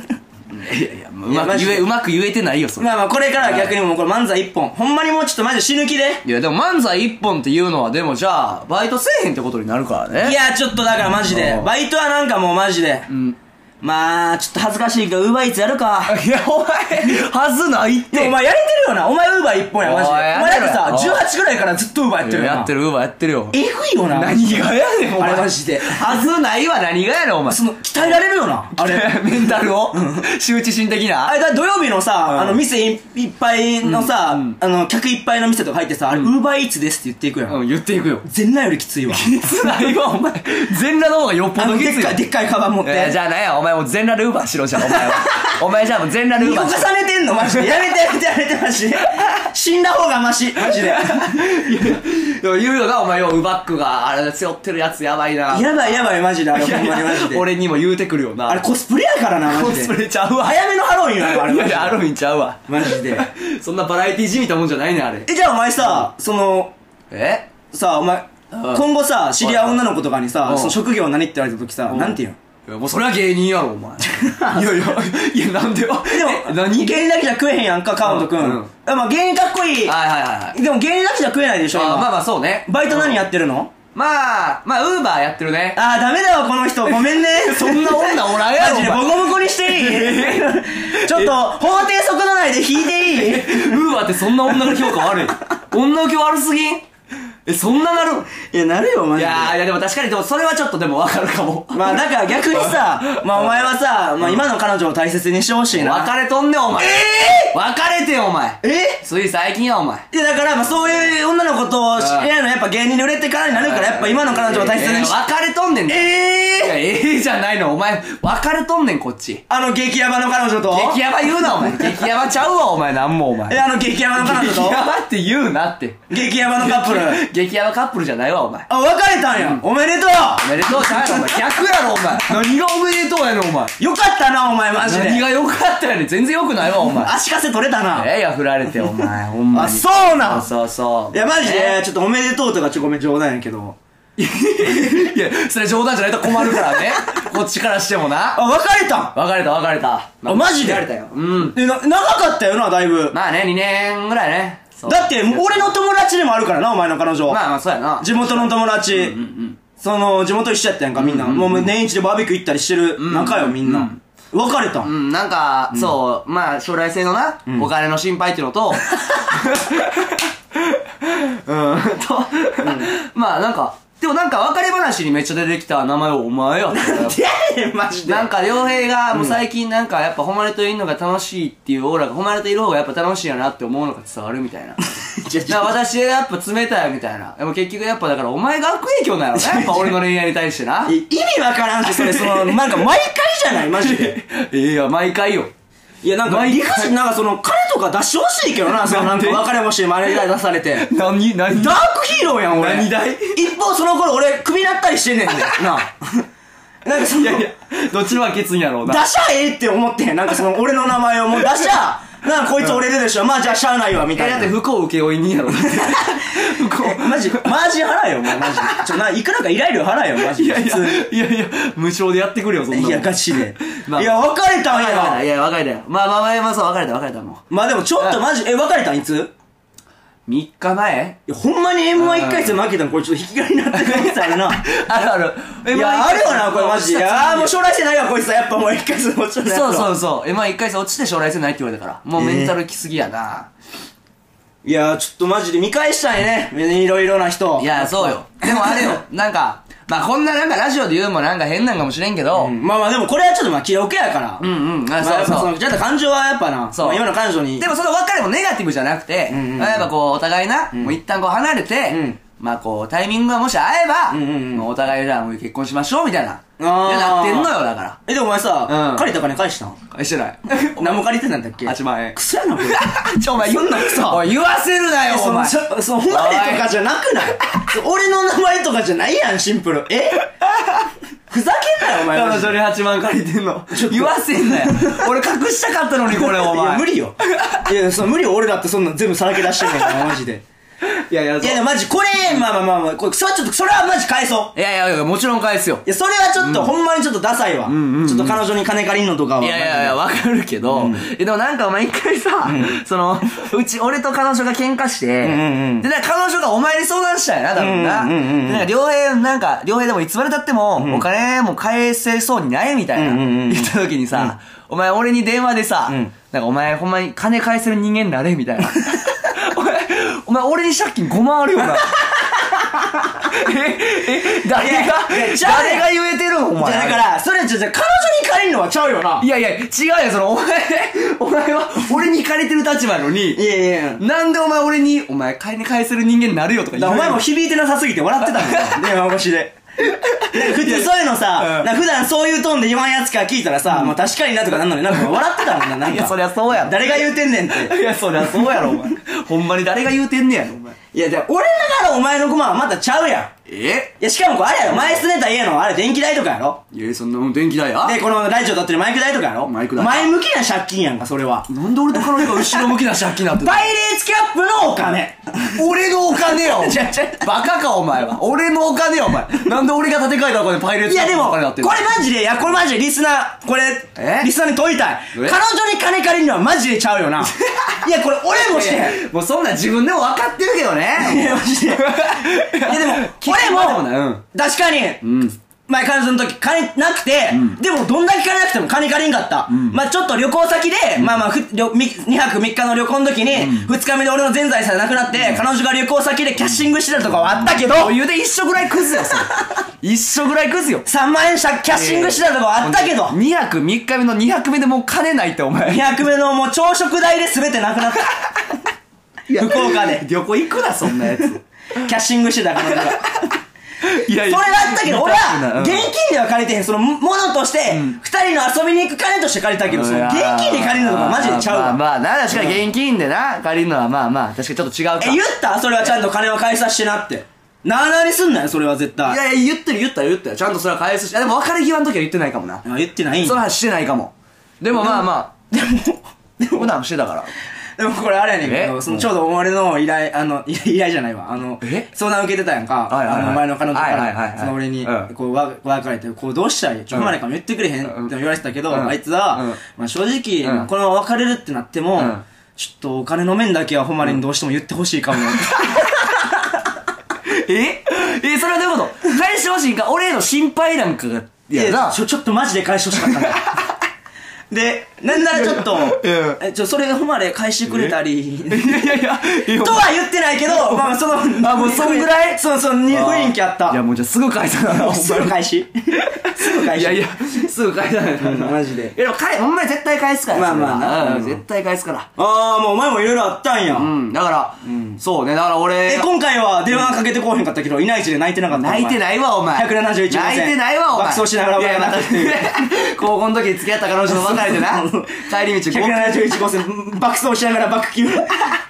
Speaker 2: いやいや、う
Speaker 1: いや
Speaker 2: ま
Speaker 1: マ
Speaker 2: く
Speaker 1: ジで
Speaker 2: 言え、うまく言えてないよ、それ。
Speaker 1: まあまあ、これからは逆にもうこれ漫才一本。ほんまにもうちょっとマジで死ぬ気で。
Speaker 2: いや、でも漫才一本っていうのは、でもじゃあ、バイトせえへんってことになるからね。
Speaker 1: いや、ちょっとだからマジで
Speaker 2: う。ん
Speaker 1: バイトはなんかもうマジで。
Speaker 2: ん
Speaker 1: まあ、ちょっと恥ずかしいけど、ウーバーイーツや るか。
Speaker 2: いや、お前、はずないっ
Speaker 1: でも
Speaker 2: て。
Speaker 1: お前やれてるよな。お前ウーバー一本や、マジで。お
Speaker 2: おいやめろ
Speaker 1: 前だって
Speaker 2: お
Speaker 1: さ、18ぐらいからずっとウーバーやってるよな。
Speaker 2: やってる、ウーバーやってるよ。
Speaker 1: えぐいよな。
Speaker 2: 何がやねん、お
Speaker 1: あ
Speaker 2: 前。
Speaker 1: れマジで。
Speaker 2: はずないわ、何がやねん、お前。
Speaker 1: その、鍛えられるよな。 あれ。
Speaker 2: メンタルを周知心的
Speaker 1: あ
Speaker 2: な。
Speaker 1: れだ土曜日のさ、
Speaker 2: うん
Speaker 1: あの店いいっぱいのさ、
Speaker 2: うん
Speaker 1: あの客いっぱいの店とか入ってさ、あれ、ウーバーイーツですって言っていくやん。
Speaker 2: うん、言っていくよ。
Speaker 1: 全裸よりきついわ。
Speaker 2: きつないわ、お前。全裸の方がよっぽ
Speaker 1: あ
Speaker 2: ど
Speaker 1: の、
Speaker 2: き
Speaker 1: で
Speaker 2: つ
Speaker 1: っ
Speaker 2: いわ
Speaker 1: かい、。でっかいカバン持って。
Speaker 2: えーじゃあなんや、お前もう全裸ルーバーしろじゃん、お前は。お前じゃあもう全裸ル
Speaker 1: 見
Speaker 2: ー
Speaker 1: 重
Speaker 2: バーしろ。
Speaker 1: ねてんのマジで。やめてやめてやめてマジで。死んだ方がマシ。マ ジで。
Speaker 2: でも言うよな、お前よ、ウバックが、あれ、背負ってるやつやばいな。
Speaker 1: やばいやばいマジで。あれほんまにマジで。
Speaker 2: 俺にも言うてくるよな。
Speaker 1: あれコスプレやからな、
Speaker 2: コ
Speaker 1: マ
Speaker 2: ス
Speaker 1: ジ
Speaker 2: プ
Speaker 1: で。
Speaker 2: レちゃうわ。
Speaker 1: 早めのハロウィンやろ、あれ
Speaker 2: い
Speaker 1: マ
Speaker 2: や
Speaker 1: ジ
Speaker 2: いや、ア
Speaker 1: で。
Speaker 2: ロウィンちゃうわ。
Speaker 1: マジで。
Speaker 2: そんなバラエティじみたもんじゃないねん、あれ。
Speaker 1: え、じゃあお前さ、その、
Speaker 2: え
Speaker 1: さ、お前、
Speaker 2: うん
Speaker 1: 今後さ、知り合う女の子とかに
Speaker 2: う
Speaker 1: さ、
Speaker 2: ん
Speaker 1: その職業何って言われた時さ、
Speaker 2: ん
Speaker 1: なんて言うん
Speaker 2: いやもうそれは芸人やろ、 お前。いやいや、いや、なんでよ。
Speaker 1: で
Speaker 2: え
Speaker 1: も、
Speaker 2: 何
Speaker 1: 芸人だけじゃ食えへんやんか、川本くん。
Speaker 2: うんうん
Speaker 1: あまあ芸人かっこいい。
Speaker 2: はいはいはいはい。
Speaker 1: でも芸人だけじゃ食えないでしょ、
Speaker 2: あ
Speaker 1: 今。
Speaker 2: ーまあまあ、そうね。
Speaker 1: バイト何やってるの
Speaker 2: まあ、まあ、ウーバーやってるね。
Speaker 1: ああ、ダメだわ、この人。ごめんね。
Speaker 2: そんな女おらんやろ
Speaker 1: マジで、
Speaker 2: お
Speaker 1: ボ
Speaker 2: 前
Speaker 1: コボコにしていいちょっと、法定速度内で引いていい
Speaker 2: ウーバーってそんな女の評価悪い。女受け悪すぎんえ、そんななる
Speaker 1: いや、なるよ、マ
Speaker 2: い
Speaker 1: ジで。
Speaker 2: やー、いやでも確かに、でもそれはちょっとでもわかるかも。
Speaker 1: まあ、だから逆に さ、まあ、お前はさ、まあ、今の彼女を大切にしてほしいな。
Speaker 2: 別れとんねん、お前。別れてよ、お前。
Speaker 1: え
Speaker 2: つい最近や、お前。
Speaker 1: いや、だから、まあ、そういう女の子と知り合いの、やっぱ芸人で売れてからになるから、やっぱ今の彼女を大切にし
Speaker 2: いやいや別れとんねん。い
Speaker 1: え
Speaker 2: や、
Speaker 1: え
Speaker 2: ええじゃないの、お前。別れとんねん、こっち。
Speaker 1: あの激ヤバの彼女と
Speaker 2: 激ヤバ言うな、お 前。激ヤバちゃうわ、お前、なんも、お前。
Speaker 1: え、あの激ヤバの彼女
Speaker 2: 激
Speaker 1: と
Speaker 2: ヤバって言うなって。
Speaker 1: 激ヤバのカップル。
Speaker 2: 激ヤバカップルじゃないわ、お前。
Speaker 1: あ、別れたんや。おめでと
Speaker 2: おめでとうじゃないの、お前。逆やろ、お前。何がおめでとうやねん、お前。
Speaker 1: うよかったな、お前、マジ
Speaker 2: 何
Speaker 1: で。
Speaker 2: が良かったやねん。全然良くないわ、お前。
Speaker 1: 足かせ取れたな。
Speaker 2: ええや、振られて、お前。ほんまに。
Speaker 1: あ、そうなん
Speaker 2: そうそうそう。
Speaker 1: いや、マジで、ちょっとおめでとうとかちょ、ごめん、冗談やけど。
Speaker 2: ね。 いや、それ冗談じゃないと困るからね。こっちからしてもな。
Speaker 1: あ、別れたん
Speaker 2: 別れた、別れた。
Speaker 1: あ、マジで
Speaker 2: 別れたよ。うん。
Speaker 1: え、な、長かったよな、だいぶ。
Speaker 2: まあね、2年ぐらいね。そう
Speaker 1: だって、俺の友達でもあるからな、お前の彼女。
Speaker 2: まあまあ、そうやな。
Speaker 1: 地元の友達。その、地元一緒やったやんか、みんな。もう年一でバーベキュー行ったりしてる仲よ、みんな。別れた
Speaker 2: うんん、なんか、そう、まあ、将来性のな、お金の心配っていうの と、 うん、と、まあ、なんか、ででもなんか別れ話にめっちゃ出てきた名前お前やったよ
Speaker 1: いやいやマジで。
Speaker 2: なんか、良平が、もう最近なんか、やっぱ、誉れといるのが楽しいっていうオーラが、誉れといる方がやっぱ楽しいやなって思うのが伝わるみたいな。
Speaker 1: ちょ
Speaker 2: だから私はやっぱ冷たいみたいな。でも結局やっぱだからお前が悪影響なのね。やっぱ俺の恋愛に対してな。
Speaker 1: い意味わからんし、それ、その、 なんか毎回じゃないマジで。
Speaker 2: いや、毎回よ。
Speaker 1: いや、なんか、理不尽、なんかその、彼とか出してほしいけどな、その、なんか、別れもして、マネージャー出されて。
Speaker 2: 何何
Speaker 1: ダークヒーローやん、俺。
Speaker 2: 何代
Speaker 1: 一方、その頃、俺、首なったりしてん ねんで。なあ。なんか、その、
Speaker 2: いやいや、どっちもはケツんやろう
Speaker 1: 出
Speaker 2: な。
Speaker 1: しゃええって思ってん。なんか、その、俺の名 前をもう出しゃ、なんか、こいつ折れるでしょ。まあ、じゃあ、しゃあないわ、みた
Speaker 2: え、
Speaker 1: い
Speaker 2: だ
Speaker 1: な。
Speaker 2: って不幸請負人やろ。不幸。
Speaker 1: マジ、マジ払えよ、もう、マジ。ちょ、な、いくらか依頼料払えよ、マジ。
Speaker 2: いやい
Speaker 1: 普
Speaker 2: や
Speaker 1: 通に、
Speaker 2: いやいや、無償でやってくれよ、そんなもん。
Speaker 1: いや、ガチで。
Speaker 2: まあ
Speaker 1: いや、別れたん
Speaker 2: いや、い
Speaker 1: や。
Speaker 2: や、別れたよ。まあまあまあまあ、そう、別れた、別れた、も
Speaker 1: まあでも、ちょっとマジ、え、別れたんいつ
Speaker 2: う。3日前
Speaker 1: いや、ほんまに M11 回戦負けたん、これちょっと引き金になってるみたいな。
Speaker 2: あるある。
Speaker 1: い
Speaker 2: M1
Speaker 1: や、あるよな、これマジで。いやー、もう
Speaker 2: う
Speaker 1: 将来性ないわ、こいつは。やっぱもう一回戦落ちたんだ。
Speaker 2: そうそううそう。M1 一回戦落ちて将来性ないって言われたから。もうメンタルきすぎやな。
Speaker 1: いやー、ちょっとマジで見返したいね。いろいろな人。
Speaker 2: いや、そうよ。でもあれよ、なんか、まあこんななんかラジオで言うのもなんか変なんかもしれんけど、
Speaker 1: うん。まあまあ、でもこれはちょっとまあ、気力やから。うん
Speaker 2: うんあそうそう
Speaker 1: ちょっと感情はやっぱな、
Speaker 2: そう
Speaker 1: まあ今の彼女に。
Speaker 2: でもその別れもネガティブじゃなくて、
Speaker 1: んうんうん
Speaker 2: まあやっぱこう、お互いな、もう一旦こう離れて、
Speaker 1: うん
Speaker 2: まあこう、タイミングがもし合えば、
Speaker 1: んうんうん
Speaker 2: もうお互いじゃあもう結婚しましょうみたいな、
Speaker 1: あー
Speaker 2: なってんのよ、だから。
Speaker 1: え、でもお前さ、
Speaker 2: うん
Speaker 1: 借りた金返したん
Speaker 2: 返して ない。
Speaker 1: 何も借りてないんだっけ
Speaker 2: 8万円
Speaker 1: クソやな、これ。
Speaker 2: ちょ、お前、
Speaker 1: そんなんさ
Speaker 2: おい、言わせるなよ、
Speaker 1: そ
Speaker 2: お
Speaker 1: の
Speaker 2: 前。
Speaker 1: ちょその、お前とかじゃなくない俺の名前とかじゃないやん、シンプル。 えふざけんなよ、お前マジで。
Speaker 2: に8万借りてんの
Speaker 1: ょっと
Speaker 2: 言わせんなよ。俺隠したかったのに、これ、お
Speaker 1: いや、
Speaker 2: 前。
Speaker 1: 無理よ。 いや、その無理よ、俺だってそんなん全部さらけ出してんねんから、マジ で。
Speaker 2: いやいや、
Speaker 1: いや、で
Speaker 2: い
Speaker 1: もマジ、これ、まあまあまあまあ、これ、それはちょっと、それはマジ返そう。
Speaker 2: やいやいや、もちろん返すよ。
Speaker 1: いや、それはちょっと、ほんまにちょっとダサいわ。ちょっと彼女に金借りんのとかは。
Speaker 2: いやいやいや、わかるけど、えでもなんかお前一回さ、その、うち、俺と彼女が喧嘩して、
Speaker 1: んうんうん
Speaker 2: で、なんか彼女がお前に相談したんやな、多分な。
Speaker 1: うんうんうんうん
Speaker 2: でなんか、両平、なんか、両平でもいつまで経っても、お金も返せそうにないみたいな、
Speaker 1: うんうんうん
Speaker 2: 言った時にさ、お前俺に電話でさ、
Speaker 1: ん
Speaker 2: なんかお前ほんまに金返せる人間になれ、みたい な。お前、お前俺に借金5万あるよ な。え、え、誰が
Speaker 1: いやいや、ちゃう
Speaker 2: 誰
Speaker 1: やん
Speaker 2: が言えてるんお
Speaker 1: じ
Speaker 2: 前。
Speaker 1: ゃあだから、それはちょっと、彼女に借りんのはちゃうよな。
Speaker 2: いやいや、違うよ、その、お前、 お前は、俺に借りてる立場やのに
Speaker 1: い、やいやいや。
Speaker 2: なんでお前俺に、お前、金返せる人間になるよとか
Speaker 1: だ
Speaker 2: 言う
Speaker 1: からお前も
Speaker 2: よ
Speaker 1: 響いてなさすぎて笑ってたんだよ 電話越しでなんか普通そういうのさ、
Speaker 2: うん
Speaker 1: なんか普段そういうトーンで言わんやつから聞いたらさ、まあ確かになとかなんのになんか笑ってたもんな、なん
Speaker 2: い
Speaker 1: か。
Speaker 2: や、そりゃそうやろ。
Speaker 1: 誰が言うてんねんって。
Speaker 2: いや、そりゃそうやろ、お前。 ほんまに誰が言うてんねやろ、お前。
Speaker 1: いや、じゃあ俺ながらお前の駒はまたちゃうやん。
Speaker 2: え
Speaker 1: いや、しかもこれあれやろ、前住んでた家のあれ電気代とかやろ。
Speaker 2: いや、そんなもん電気代や
Speaker 1: で、このラジオだってるマイク代とかやろ。
Speaker 2: マイク代
Speaker 1: 前向きな借金やんか、それは。
Speaker 2: なんで俺と彼女が後ろ向きな借金なんてんの
Speaker 1: バイレーツキャップのお金。
Speaker 2: 俺のお金や、お前
Speaker 1: ちゃちゃ
Speaker 2: バカか、お前は。俺のお金や、お前。なんで俺が建て替えたお金、パイレー
Speaker 1: い
Speaker 2: ツ
Speaker 1: やでも、
Speaker 2: お
Speaker 1: これ
Speaker 2: 金な
Speaker 1: マ
Speaker 2: ってんの
Speaker 1: ジで、いや、これマジでリスナー、これ
Speaker 2: え、
Speaker 1: リスナーに問いたい。彼
Speaker 2: え
Speaker 1: 女に金借りるのはマジでちゃうよな。いや、これ俺もしてへん。
Speaker 2: もうそんなん自分でも分かってるけど
Speaker 1: い
Speaker 2: ね。
Speaker 1: や、マジで。いや、でも、
Speaker 2: 聞くまでも
Speaker 1: 俺
Speaker 2: ないうん
Speaker 1: も、確かに、前彼女の時金なくて、でもどんだけ金なくても金借りんかった。まあちょっと旅行先で、まあまあふ旅み2泊3日の旅行の時に、2日目で俺の全財産なくなって、彼女が旅行先でキャッシングしてたとかはあったけど、
Speaker 2: お湯で一緒ぐらいクズよ、それ。一緒ぐらいクズよ。
Speaker 1: 3万円借キャッシングしてたとかはあったけど、
Speaker 2: 2泊3日目の2泊目でもう金ないって、お前。
Speaker 1: 200目のもう朝食代で全てなくなった。福岡で。
Speaker 2: 旅行行くな、そんなやつ。
Speaker 1: キャッシングしてた彼女が。
Speaker 2: いやい
Speaker 1: それがあったけど、俺は、現
Speaker 2: 元
Speaker 1: 金では借りてへん。その、もものとして、二人の遊びに行く金として借りたけど、その、現金で借りるのとかマジでちゃうわ。
Speaker 2: まあまあな、確かに現金でな、借りるのはまあまあ、確かにちょっと違
Speaker 1: え、
Speaker 2: う
Speaker 1: 言ったそれはちゃんと金は返さしてなって。なあなあにすんなよ、それは絶
Speaker 2: か。
Speaker 1: 対。
Speaker 2: やいや、言ってる言ったよ、言ったよ。ちゃんとそれは返すし。あ、でも別れ際の時は言ってないかもな。
Speaker 1: あ言ってないん
Speaker 2: その
Speaker 1: や
Speaker 2: 話してないかも。でもまあま
Speaker 1: で
Speaker 2: あ、
Speaker 1: も、
Speaker 2: 普段してたから。
Speaker 1: でもこれあれやねんけど、
Speaker 2: え
Speaker 1: そのちょうど俺の依頼、あの、 い依頼じゃないわ。あの
Speaker 2: え、
Speaker 1: 相談受けてたやんか。
Speaker 2: はいはいはい
Speaker 1: あの、前の彼女か
Speaker 2: はいはいはいは
Speaker 1: ら、
Speaker 2: い
Speaker 1: その俺に
Speaker 2: うん、
Speaker 1: こう、わ別れて、こう、どうしたらいいちょ、
Speaker 2: うん
Speaker 1: 離れかも言ってくれへんって
Speaker 2: うん
Speaker 1: 言われてたけど、
Speaker 2: うん
Speaker 1: あいつは
Speaker 2: うん、
Speaker 1: まあ正直、
Speaker 2: うん
Speaker 1: まあこのまま別れるってなっても
Speaker 2: うん、
Speaker 1: ちょっとお金の面だけは誉れにどうしても言ってほしいかも。
Speaker 2: ええ、それはどういうこと返してほしいんか俺への心配なんかが、
Speaker 1: い
Speaker 2: や
Speaker 1: や
Speaker 2: な。
Speaker 1: ちょ、ちょっとマジで返してほしかったんだ。で、なんならちょっと
Speaker 2: うん、
Speaker 1: え、ちょ、それほんまで返してくれたり、
Speaker 2: いやいやいやいや
Speaker 1: とは言ってないけど、まあその、
Speaker 2: あもうそんぐらい
Speaker 1: そうそう、に雰囲気あっ
Speaker 2: いや
Speaker 1: た。
Speaker 2: もうじゃあすぐ解散だなお前
Speaker 1: すぐ 返しすぐ返し
Speaker 2: いやいやすぐ解散だな、
Speaker 1: マジで
Speaker 2: いやでもかえほんまに絶対返すから
Speaker 1: まあまあ
Speaker 2: それはな
Speaker 1: うん
Speaker 2: うん絶対返すから
Speaker 1: ああ、もうお前もいろいろあったんや。
Speaker 2: うんだから、そうねだから俺
Speaker 1: え、今回は電話かけてこうへんかったけど、いないちで泣いてなかった。
Speaker 2: 泣いて
Speaker 1: い。
Speaker 2: ないわお前
Speaker 1: 171
Speaker 2: 泣いてないわお前
Speaker 1: 爆走しながら
Speaker 2: いや
Speaker 1: 泣くっていう
Speaker 2: また 高校の時に付き合った彼女と別れてな
Speaker 1: そうそう
Speaker 2: 帰り道ご
Speaker 1: 171号線、爆走しながら 爆球、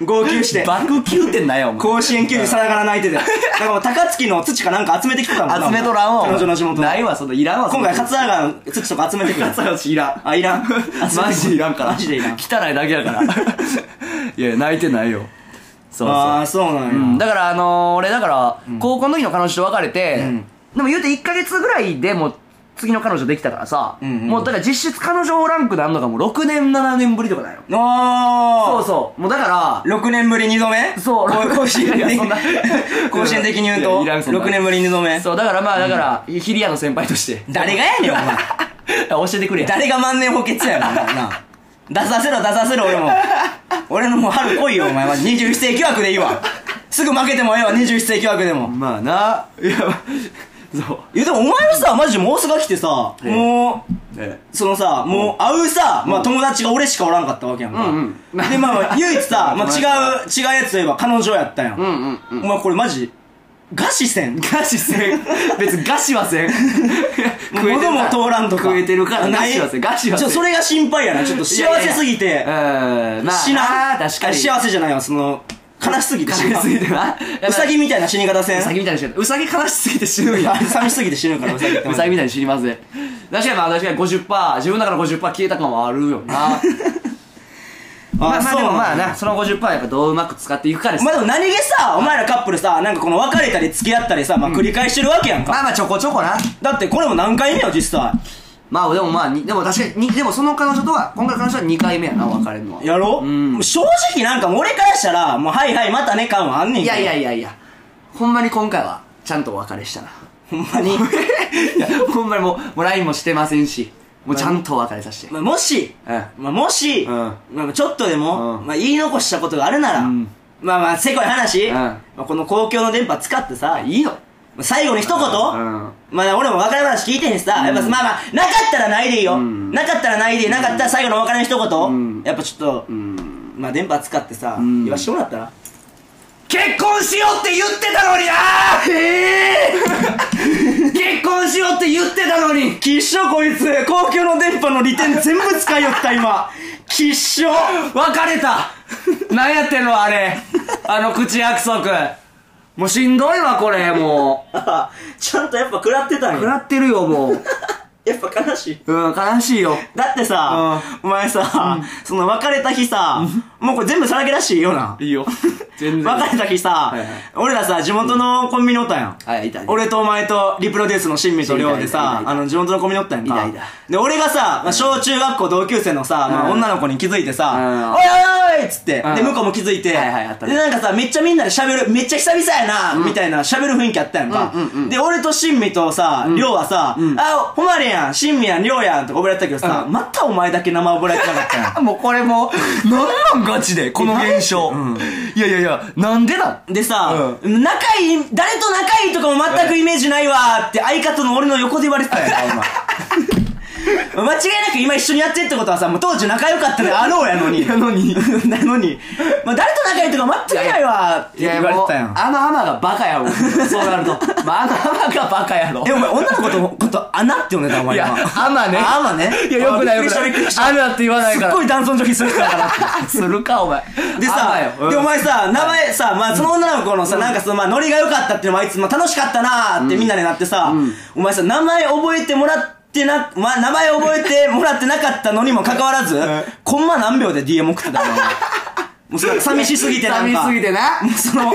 Speaker 1: 号泣して。
Speaker 2: 爆球ってないよお前
Speaker 1: 甲子園球児さながら泣いてて。だからもう高槻の土かなんか集めてきてたもんな
Speaker 2: 集めとらんわお前
Speaker 1: 彼女の地元の。
Speaker 2: ないわそのいらんわ
Speaker 1: 今回、
Speaker 2: 勝
Speaker 1: 桂川の土とか集めてくる。
Speaker 2: ついらん
Speaker 1: あ、いらん。
Speaker 2: マジでいらんから
Speaker 1: マジでいらん。
Speaker 2: 汚いだけやから いや泣いてないよそうそう
Speaker 1: ああ、そうな
Speaker 2: うんん
Speaker 1: や。
Speaker 2: だからあのー俺だから高校の時の彼女と別れて、でも言うて1ヶ月ぐらいでもう次の彼女できたからさ、
Speaker 1: んうん
Speaker 2: もうだから実質彼女ランクであんのがもう6年7年ぶりとかだよそ
Speaker 1: お
Speaker 2: う
Speaker 1: ー
Speaker 2: そうもうだから
Speaker 1: 6年ぶり2度目
Speaker 2: そう
Speaker 1: こ甲子園
Speaker 2: いやいや
Speaker 1: 的
Speaker 2: そんな
Speaker 1: 甲子園的に言う
Speaker 2: いや
Speaker 1: と、
Speaker 2: いらんそんな
Speaker 1: 6年ぶり2度目。
Speaker 2: そうだからまあだから、ヒリアの先輩として
Speaker 1: 誰がやねん、お前。
Speaker 2: 教えてくれや
Speaker 1: 誰が万年補欠やろ、お前な。出させろ、出させろ、俺も。俺のもう春来いよ、お前は。21世紀枠でいいわ。すぐ負けてもええわ、21世紀枠でも。
Speaker 2: まあないやそう
Speaker 1: いや、でもお前はさ、マジでもうすぐ飽きてさ、
Speaker 2: ええ
Speaker 1: もう、
Speaker 2: ね
Speaker 1: そのさ、もう会うさ、まあ友達が俺しかおらんかったわけやんか。
Speaker 2: うんうん
Speaker 1: で、まあ唯一 さ、まあ違う、違うやつといえば彼女やったやん。
Speaker 2: うんうんうん
Speaker 1: お前これマジ、餓死 せん。
Speaker 2: 餓死せん別に餓死は せん食えて
Speaker 1: 喉
Speaker 2: る
Speaker 1: も
Speaker 2: から
Speaker 1: 通らんとか。
Speaker 2: 食えてるから餓死はせん餓死は
Speaker 1: ち
Speaker 2: せ
Speaker 1: ょ、
Speaker 2: ん
Speaker 1: それが心配やな。ちょっと幸せすぎ
Speaker 2: いや
Speaker 1: て
Speaker 2: い。やいやうんまあ
Speaker 1: 死な
Speaker 2: あー確かに
Speaker 1: 幸せじゃないわ、その、悲しすぎて死ぬ
Speaker 2: 悲しすぎてな
Speaker 1: うさぎみたいな死に方せん。
Speaker 2: ウサギみたいに死ぬウサギ悲しすぎて死ぬんや
Speaker 1: 寂しすぎて死ぬから、うさぎっ て。
Speaker 2: ウサギみたいに死にますね確かにまあ確かに50%自分だから50%消えた感はある よなまあまあでもまあなその50%やっぱどううまく使っていくかです
Speaker 1: ま
Speaker 2: ま
Speaker 1: あでも何気さ、お前らカップルさ、なんかこの別れたり付き合ったりさ、まあ繰り返してるわけやんか。
Speaker 2: あまあちょこちょこな
Speaker 1: だってこれも何回目よ、実際。
Speaker 2: まあでもまあにでも確かににでもその彼女とは今回の彼女は2回目やな別れるのは
Speaker 1: やろ
Speaker 2: うん
Speaker 1: もう正直なんかもう俺からしたら、もうはいはいまたね感はあんねん
Speaker 2: い
Speaker 1: けど。
Speaker 2: やいやいやいやほんまに今回はちゃんとお別れしたな
Speaker 1: ほんま に。
Speaker 2: いやほんまにもうもう LINE もしてませんしもうちゃんとお別れさせて
Speaker 1: まあもし、
Speaker 2: うん
Speaker 1: まあもし、
Speaker 2: うん
Speaker 1: まあちょっとでも、
Speaker 2: うん
Speaker 1: まあ言い残したことがあるなら、
Speaker 2: うん
Speaker 1: まあまあせこい話、
Speaker 2: うん
Speaker 1: まあこの公共の電波使ってさ、
Speaker 2: いいの
Speaker 1: 最後に一言、
Speaker 2: うん
Speaker 1: まあ俺も別れ話聞いてへんしさ、やっぱまあまあ、なかったらないでいいよ。
Speaker 2: ん
Speaker 1: なかったらないで、なかったら最後のお別れの一言、
Speaker 2: うん
Speaker 1: やっぱちょっと、
Speaker 2: うん
Speaker 1: まあ電波使ってさ、
Speaker 2: ん
Speaker 1: 言わしてもらったら
Speaker 2: 結婚しようって言ってたのにな結婚しようって言ってたのに
Speaker 1: きっしょこいつ公共の電波の利点全部使いよった今きっしょ
Speaker 2: 別れた何やってんのあれあの口約束もうしんどいわこれも
Speaker 1: あ ちゃんとやっぱ食らってた
Speaker 2: うん食
Speaker 1: や
Speaker 2: らってるよもう
Speaker 1: やっぱ悲しい
Speaker 2: うん悲しいよ
Speaker 1: だってさ、お前さ、その別れた日さ、もうこれ全部さらけ出していいよない
Speaker 2: いよ全
Speaker 1: 別れた日さ、
Speaker 2: はいはい
Speaker 1: 俺らさ地元のコンビニおったんやん、
Speaker 2: はいいたいた
Speaker 1: 俺とお前とリプロデュースの新味と亮
Speaker 2: いたい
Speaker 1: で
Speaker 2: たい
Speaker 1: さ
Speaker 2: た
Speaker 1: あの地元のコンビニおったんやんか
Speaker 2: いたいた
Speaker 1: で俺がさ、まあ小中学校同級生のさ、まあ、
Speaker 2: うん
Speaker 1: 女の子に気づいて
Speaker 2: うん
Speaker 1: さ「おいおいおい!」っつって、
Speaker 2: うん
Speaker 1: で向こうも気づいて、
Speaker 2: はいはいあったね
Speaker 1: でなんかさめっちゃみんなで喋るめっちゃ久々やな、みたいな喋る雰囲気あったやんか、
Speaker 2: うんうんうん
Speaker 1: で俺と新味とさ亮はさ「あほまれやん新味やん亮やん」とか覚えられてたけどさ、またお前だけ名前覚えられてなかったやん
Speaker 2: もうこれもうなんなんガチでこの現象、いやいやいやなんでなん
Speaker 1: でさ、仲いい、誰と仲いいとかも全くイメージないわーって相方の俺の横で言われてたんやんか、お前。間違いなく今一緒にやってってことはさ、もう当時仲良かったであろうやのに。
Speaker 2: やの に
Speaker 1: なのに。まあ誰と仲いいとか全くないわーって
Speaker 2: いや
Speaker 1: 言われ
Speaker 2: も
Speaker 1: て
Speaker 2: う
Speaker 1: たやん。
Speaker 2: あの浜がバカ やろそうなると、まあ、あの浜がバカやろ
Speaker 1: え、お前女の子と、こと、アナって呼んでたお
Speaker 2: い
Speaker 1: 前
Speaker 2: や
Speaker 1: 今。、
Speaker 2: アマね。
Speaker 1: あアマね
Speaker 2: いや、よくないよく
Speaker 1: あ
Speaker 2: な
Speaker 1: びっくり
Speaker 2: い
Speaker 1: し。た
Speaker 2: アマって言わない
Speaker 1: す
Speaker 2: か
Speaker 1: っ
Speaker 2: ら。
Speaker 1: ごい男尊女卑する人だから。
Speaker 2: するか、お前。
Speaker 1: で
Speaker 2: アマ
Speaker 1: さ
Speaker 2: よ、うん
Speaker 1: で、お前さ、名前さ、まあ、その女の子のさ、なんかその、まあ、ノリが良かったっていうのもあいつ、まあ、楽しかったなーってみんなでなってさ、お前さ、名前覚えてもらってな、まあ、名前覚えてもらってなかったのにもかかわらず、コンマ何秒で DM 送ってたの。もうそれ寂しすぎてなんか。
Speaker 2: 寂しすぎてな。
Speaker 1: もうその、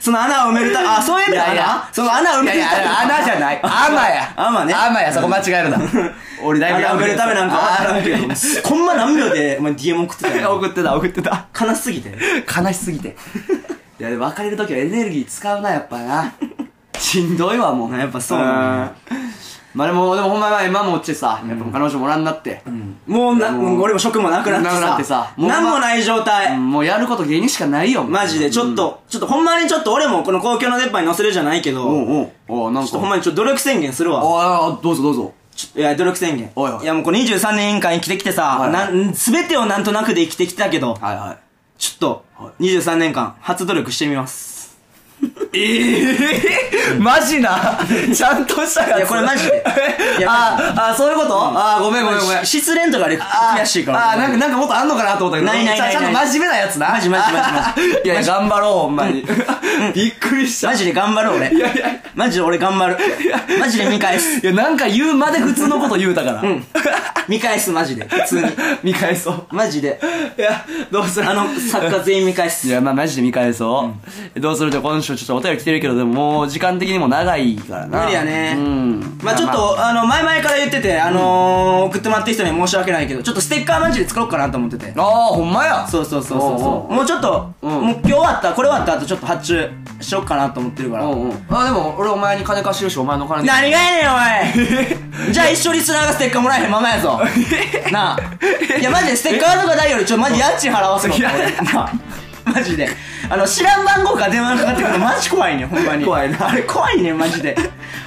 Speaker 1: その穴を埋めるた、あ、そういう意味だ
Speaker 2: いやいや
Speaker 1: な。その穴を 埋
Speaker 2: い
Speaker 1: め
Speaker 2: やい
Speaker 1: るため
Speaker 2: や、アマじゃない。アマや。
Speaker 1: アマね
Speaker 2: アマや、そこ間違えるな。 俺だいぶ
Speaker 1: 穴を埋めるためなんかわからんけ
Speaker 2: あー
Speaker 1: ど、コンマ何秒で、お前 DM 送ってたよ。
Speaker 2: 送ってた、送ってた。
Speaker 1: 悲しすぎて。
Speaker 2: 悲しすぎて。 いや、でも別れ るときはエネルギー使うな、やっぱな。しんどいわ、もう。
Speaker 1: やっぱそうなんや
Speaker 2: うんまあでも、でもほんまは今も落ちてさ、やっぱもう彼女もおらんなって。
Speaker 1: もうな、
Speaker 2: もう
Speaker 1: もう俺も職もなくな
Speaker 2: なくなっ
Speaker 1: ってて
Speaker 2: さ
Speaker 1: さ。
Speaker 2: もう
Speaker 1: なんもない状
Speaker 2: う
Speaker 1: 態。
Speaker 2: んもうやること芸人しかないよ。
Speaker 1: マジで、ちょっと、ちょっとほんまにちょっと俺もこの公共の電波に乗せるじゃないけど、
Speaker 2: おう
Speaker 1: ちょ
Speaker 2: おうおうなんか。
Speaker 1: っとほんまにちょっと努力宣言するわ。
Speaker 2: ああ、どうぞどうぞ。
Speaker 1: ちょいや、努力宣言。
Speaker 2: おいおい
Speaker 1: や、もうこの23年間生きてきてさ、
Speaker 2: はいはい
Speaker 1: なん、すべてをなんとなくで生きてきたけど、
Speaker 2: はいはい。
Speaker 1: ちょっと、23年間、初努力してみます。
Speaker 2: ええマジ なちゃんとしたやつ
Speaker 1: いやこれマジでいや
Speaker 2: ああそういうこと、ああごめんごめんごめん
Speaker 1: し失恋とかで
Speaker 2: あー
Speaker 1: 悔しいから。
Speaker 2: あーなんかなんかもっとあんのかなと思ったけど
Speaker 1: ないないない
Speaker 2: ちゃんちゃんと
Speaker 1: ない
Speaker 2: 真面目なやつな
Speaker 1: マジマジマジマジ
Speaker 2: い やいや頑張ろうほんまに びっくりした
Speaker 1: マジで頑張ろう俺。
Speaker 2: いやいや
Speaker 1: マジで俺頑張る。マジで見返
Speaker 2: い
Speaker 1: す。
Speaker 2: やなんか言うまで普通のこと言うたから、 うん、
Speaker 1: 見返すマジで、普通に。
Speaker 2: 見返そう
Speaker 1: マジで。
Speaker 2: いやどうする
Speaker 1: あの、作家全員見返す。
Speaker 2: いや、まあ、マジで見返そう。どうすると今週ちょっとお便り来てるけど、でももう時間的にも長いからな。
Speaker 1: 無理やね
Speaker 2: うん。
Speaker 1: まあちょっと、あの、前々から言ってて、あのー、送ってもらってる人には申し訳ないけど、ちょっとステッカーマジで作ろうかなと思ってて。
Speaker 2: まあ。ああー、ほんまや。
Speaker 1: そうそうそうそう
Speaker 2: おうお
Speaker 1: そうう。もうちょっと、
Speaker 2: うん
Speaker 1: もう今日終わった、これ終わった後ちょっと発注しよっかなと思ってるから。
Speaker 2: うんうん。あ、でも、俺お前に金貸してるし、お前の金で。
Speaker 1: 何がやねん おいじゃあ一緒にスナーがステッカーもらえへんままやぞなあいやマジでステッカーとかないよりちょっとマジ家賃払わせろって俺なあマジであの知らん番号から電話がかかってくるのマジ怖いねんほんまに
Speaker 2: 怖いな
Speaker 1: あれ怖いねんマジで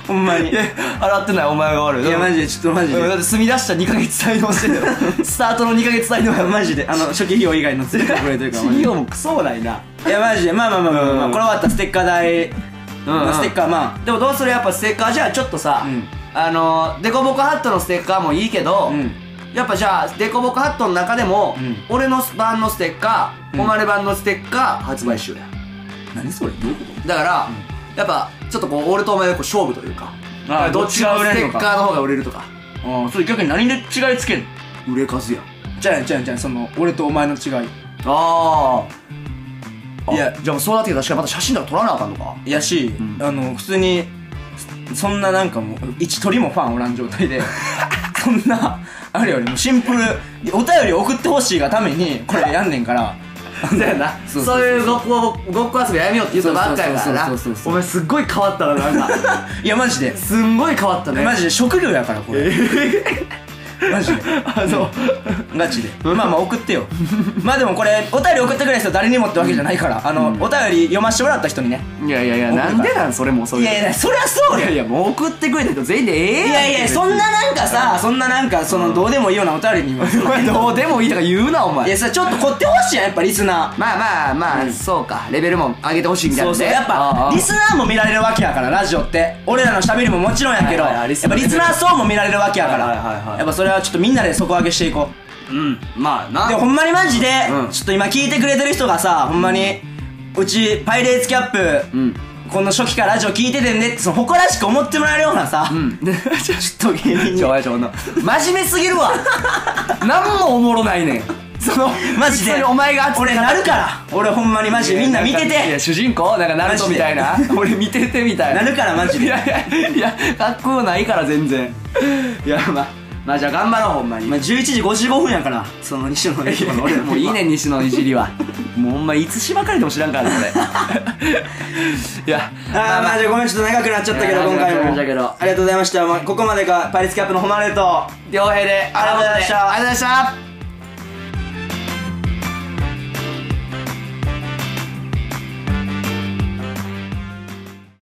Speaker 1: ほんまにいや
Speaker 2: 洗ってない、お前が悪い。
Speaker 1: マジでちょっとマジ
Speaker 2: うんだっ
Speaker 1: で
Speaker 2: て住み出した2ヶ月滞納してん だよ。スタートの2ヶ月滞納や。
Speaker 1: マジであの初期費用以外の追加くれてるからマ
Speaker 2: 企
Speaker 1: ジで
Speaker 2: 業もクソもないな。
Speaker 1: いやマジでまあまあまあまあまあ、まあ
Speaker 2: うん
Speaker 1: これ終わったステッカー代
Speaker 2: うんう
Speaker 1: の
Speaker 2: ん
Speaker 1: ステッカーまあ
Speaker 2: でもどうするやっぱステッカーじゃあちょっとさ、
Speaker 1: うん
Speaker 2: あのー、デコボコハットのステッカーもいいけど、
Speaker 1: うん
Speaker 2: やっぱじゃあデコボコハットの中でも、
Speaker 1: うん
Speaker 2: 俺の版のステッカー
Speaker 1: ん
Speaker 2: 誉れ版のステッカー発売しようや
Speaker 1: 何それどういうこ
Speaker 2: だから、やっぱちょっとこう俺とお前でこう勝負というか
Speaker 1: あー
Speaker 2: どっちが
Speaker 1: どっちが
Speaker 2: ス
Speaker 1: 売れ
Speaker 2: テ
Speaker 1: る
Speaker 2: ッカ
Speaker 1: のか
Speaker 2: ーの方が売れるとか
Speaker 1: とああそれ逆に何で違いつける
Speaker 2: 売れ数や
Speaker 1: じゃあじゃあじゃあその俺とお前の違い
Speaker 2: あーあ
Speaker 1: いや
Speaker 2: じゃあそうなってきたら確かにまた写真とか撮らなあかんのか
Speaker 1: いやし、あの普通にそそんななんかもう一鳥もファンおらん状態で そんなあれよりもシンプルお便り送ってほしいがためにこれやんねんから
Speaker 2: そうやな
Speaker 1: そ
Speaker 2: そうう
Speaker 1: そうそうそう
Speaker 2: いうごっこごっこ遊びやめようって言ったばっかやから
Speaker 1: そ
Speaker 2: な
Speaker 1: うそうそうそうそうそう
Speaker 2: お前すっごい変わったななん か
Speaker 1: いやマジです
Speaker 2: んごい変わったね
Speaker 1: マジで職業やからこれ、マジで
Speaker 2: あの、
Speaker 1: ガチでまあまあ送ってよまあでもこれお便り送ってくれる人誰にもってわけじゃないからあの、お便り読ませてもらった人にね
Speaker 2: いやいやいや、なんでなんそれもうそ
Speaker 1: い
Speaker 2: れ。
Speaker 1: やいやそりゃそう
Speaker 2: い
Speaker 1: よ
Speaker 2: やいや、もう送ってくれた人全員でええやん
Speaker 1: いやいやそんな。なんかさそんななんかそのどうでもいいようなお便りにも
Speaker 2: お前どうでもいいとか言うな、お
Speaker 1: いや
Speaker 2: 前。
Speaker 1: それちょっと凝ってほしいやんやっぱリスナー
Speaker 2: まあまあまあ、そうか。レベルも上げてほしいみたい
Speaker 1: そ
Speaker 2: な
Speaker 1: う
Speaker 2: ね。
Speaker 1: そうやっ
Speaker 2: あ
Speaker 1: ぱ
Speaker 2: あ
Speaker 1: リスナーも見られるわけやからラジオって俺らの喋りももちろんやけど
Speaker 2: はい
Speaker 1: や
Speaker 2: はい
Speaker 1: っ
Speaker 2: は
Speaker 1: ぱ
Speaker 2: い
Speaker 1: リ
Speaker 2: リス
Speaker 1: ス
Speaker 2: ナ
Speaker 1: ナ
Speaker 2: ー
Speaker 1: ー層も見られるわけやから
Speaker 2: はいはいはいはい
Speaker 1: やっぱそれはちょっとみんなで底上げしていこ
Speaker 2: うん。まあ
Speaker 1: う
Speaker 2: な。
Speaker 1: でほんまにマジで
Speaker 2: うん
Speaker 1: ちょっと今聞いてくれてる人がさほんまにうちパイレーツキャップ
Speaker 2: うん。
Speaker 1: この初期からラジオ聞いててんねってその誇らしく思ってもらえるようなさ
Speaker 2: うん。
Speaker 1: ちょっと芸人に
Speaker 2: ちょ、おいちょ、ほんな真面目すぎる わ。なんもおもろないねん。その、
Speaker 1: マジ
Speaker 2: 普通
Speaker 1: で
Speaker 2: にお前が熱く
Speaker 1: 俺なるから俺ほんまにマジでみんな見て
Speaker 2: いや、
Speaker 1: て
Speaker 2: 主人公なんかナルトみたいな
Speaker 1: マジ。
Speaker 2: 俺見ててみたいな。
Speaker 1: なるからマ ジ
Speaker 2: い
Speaker 1: で
Speaker 2: やいやいやかっこよないから全然いやまあまあじゃあ頑張ろうほんまに、
Speaker 1: まあ11時55分やからその西野のねこの俺ら
Speaker 2: もういいね西野のいじりはもうほんまいつしばかりでも知らんからね これいや
Speaker 1: あーまあじゃあごめんちょっと長くなっちゃったけど
Speaker 2: いや
Speaker 1: 今回
Speaker 2: 長くな
Speaker 1: も
Speaker 2: っちゃったけど
Speaker 1: ありがとうございましたまあここまでがパリスキャップの誉れと
Speaker 2: 両平であ
Speaker 1: ありがとうございました
Speaker 2: ありがとうございました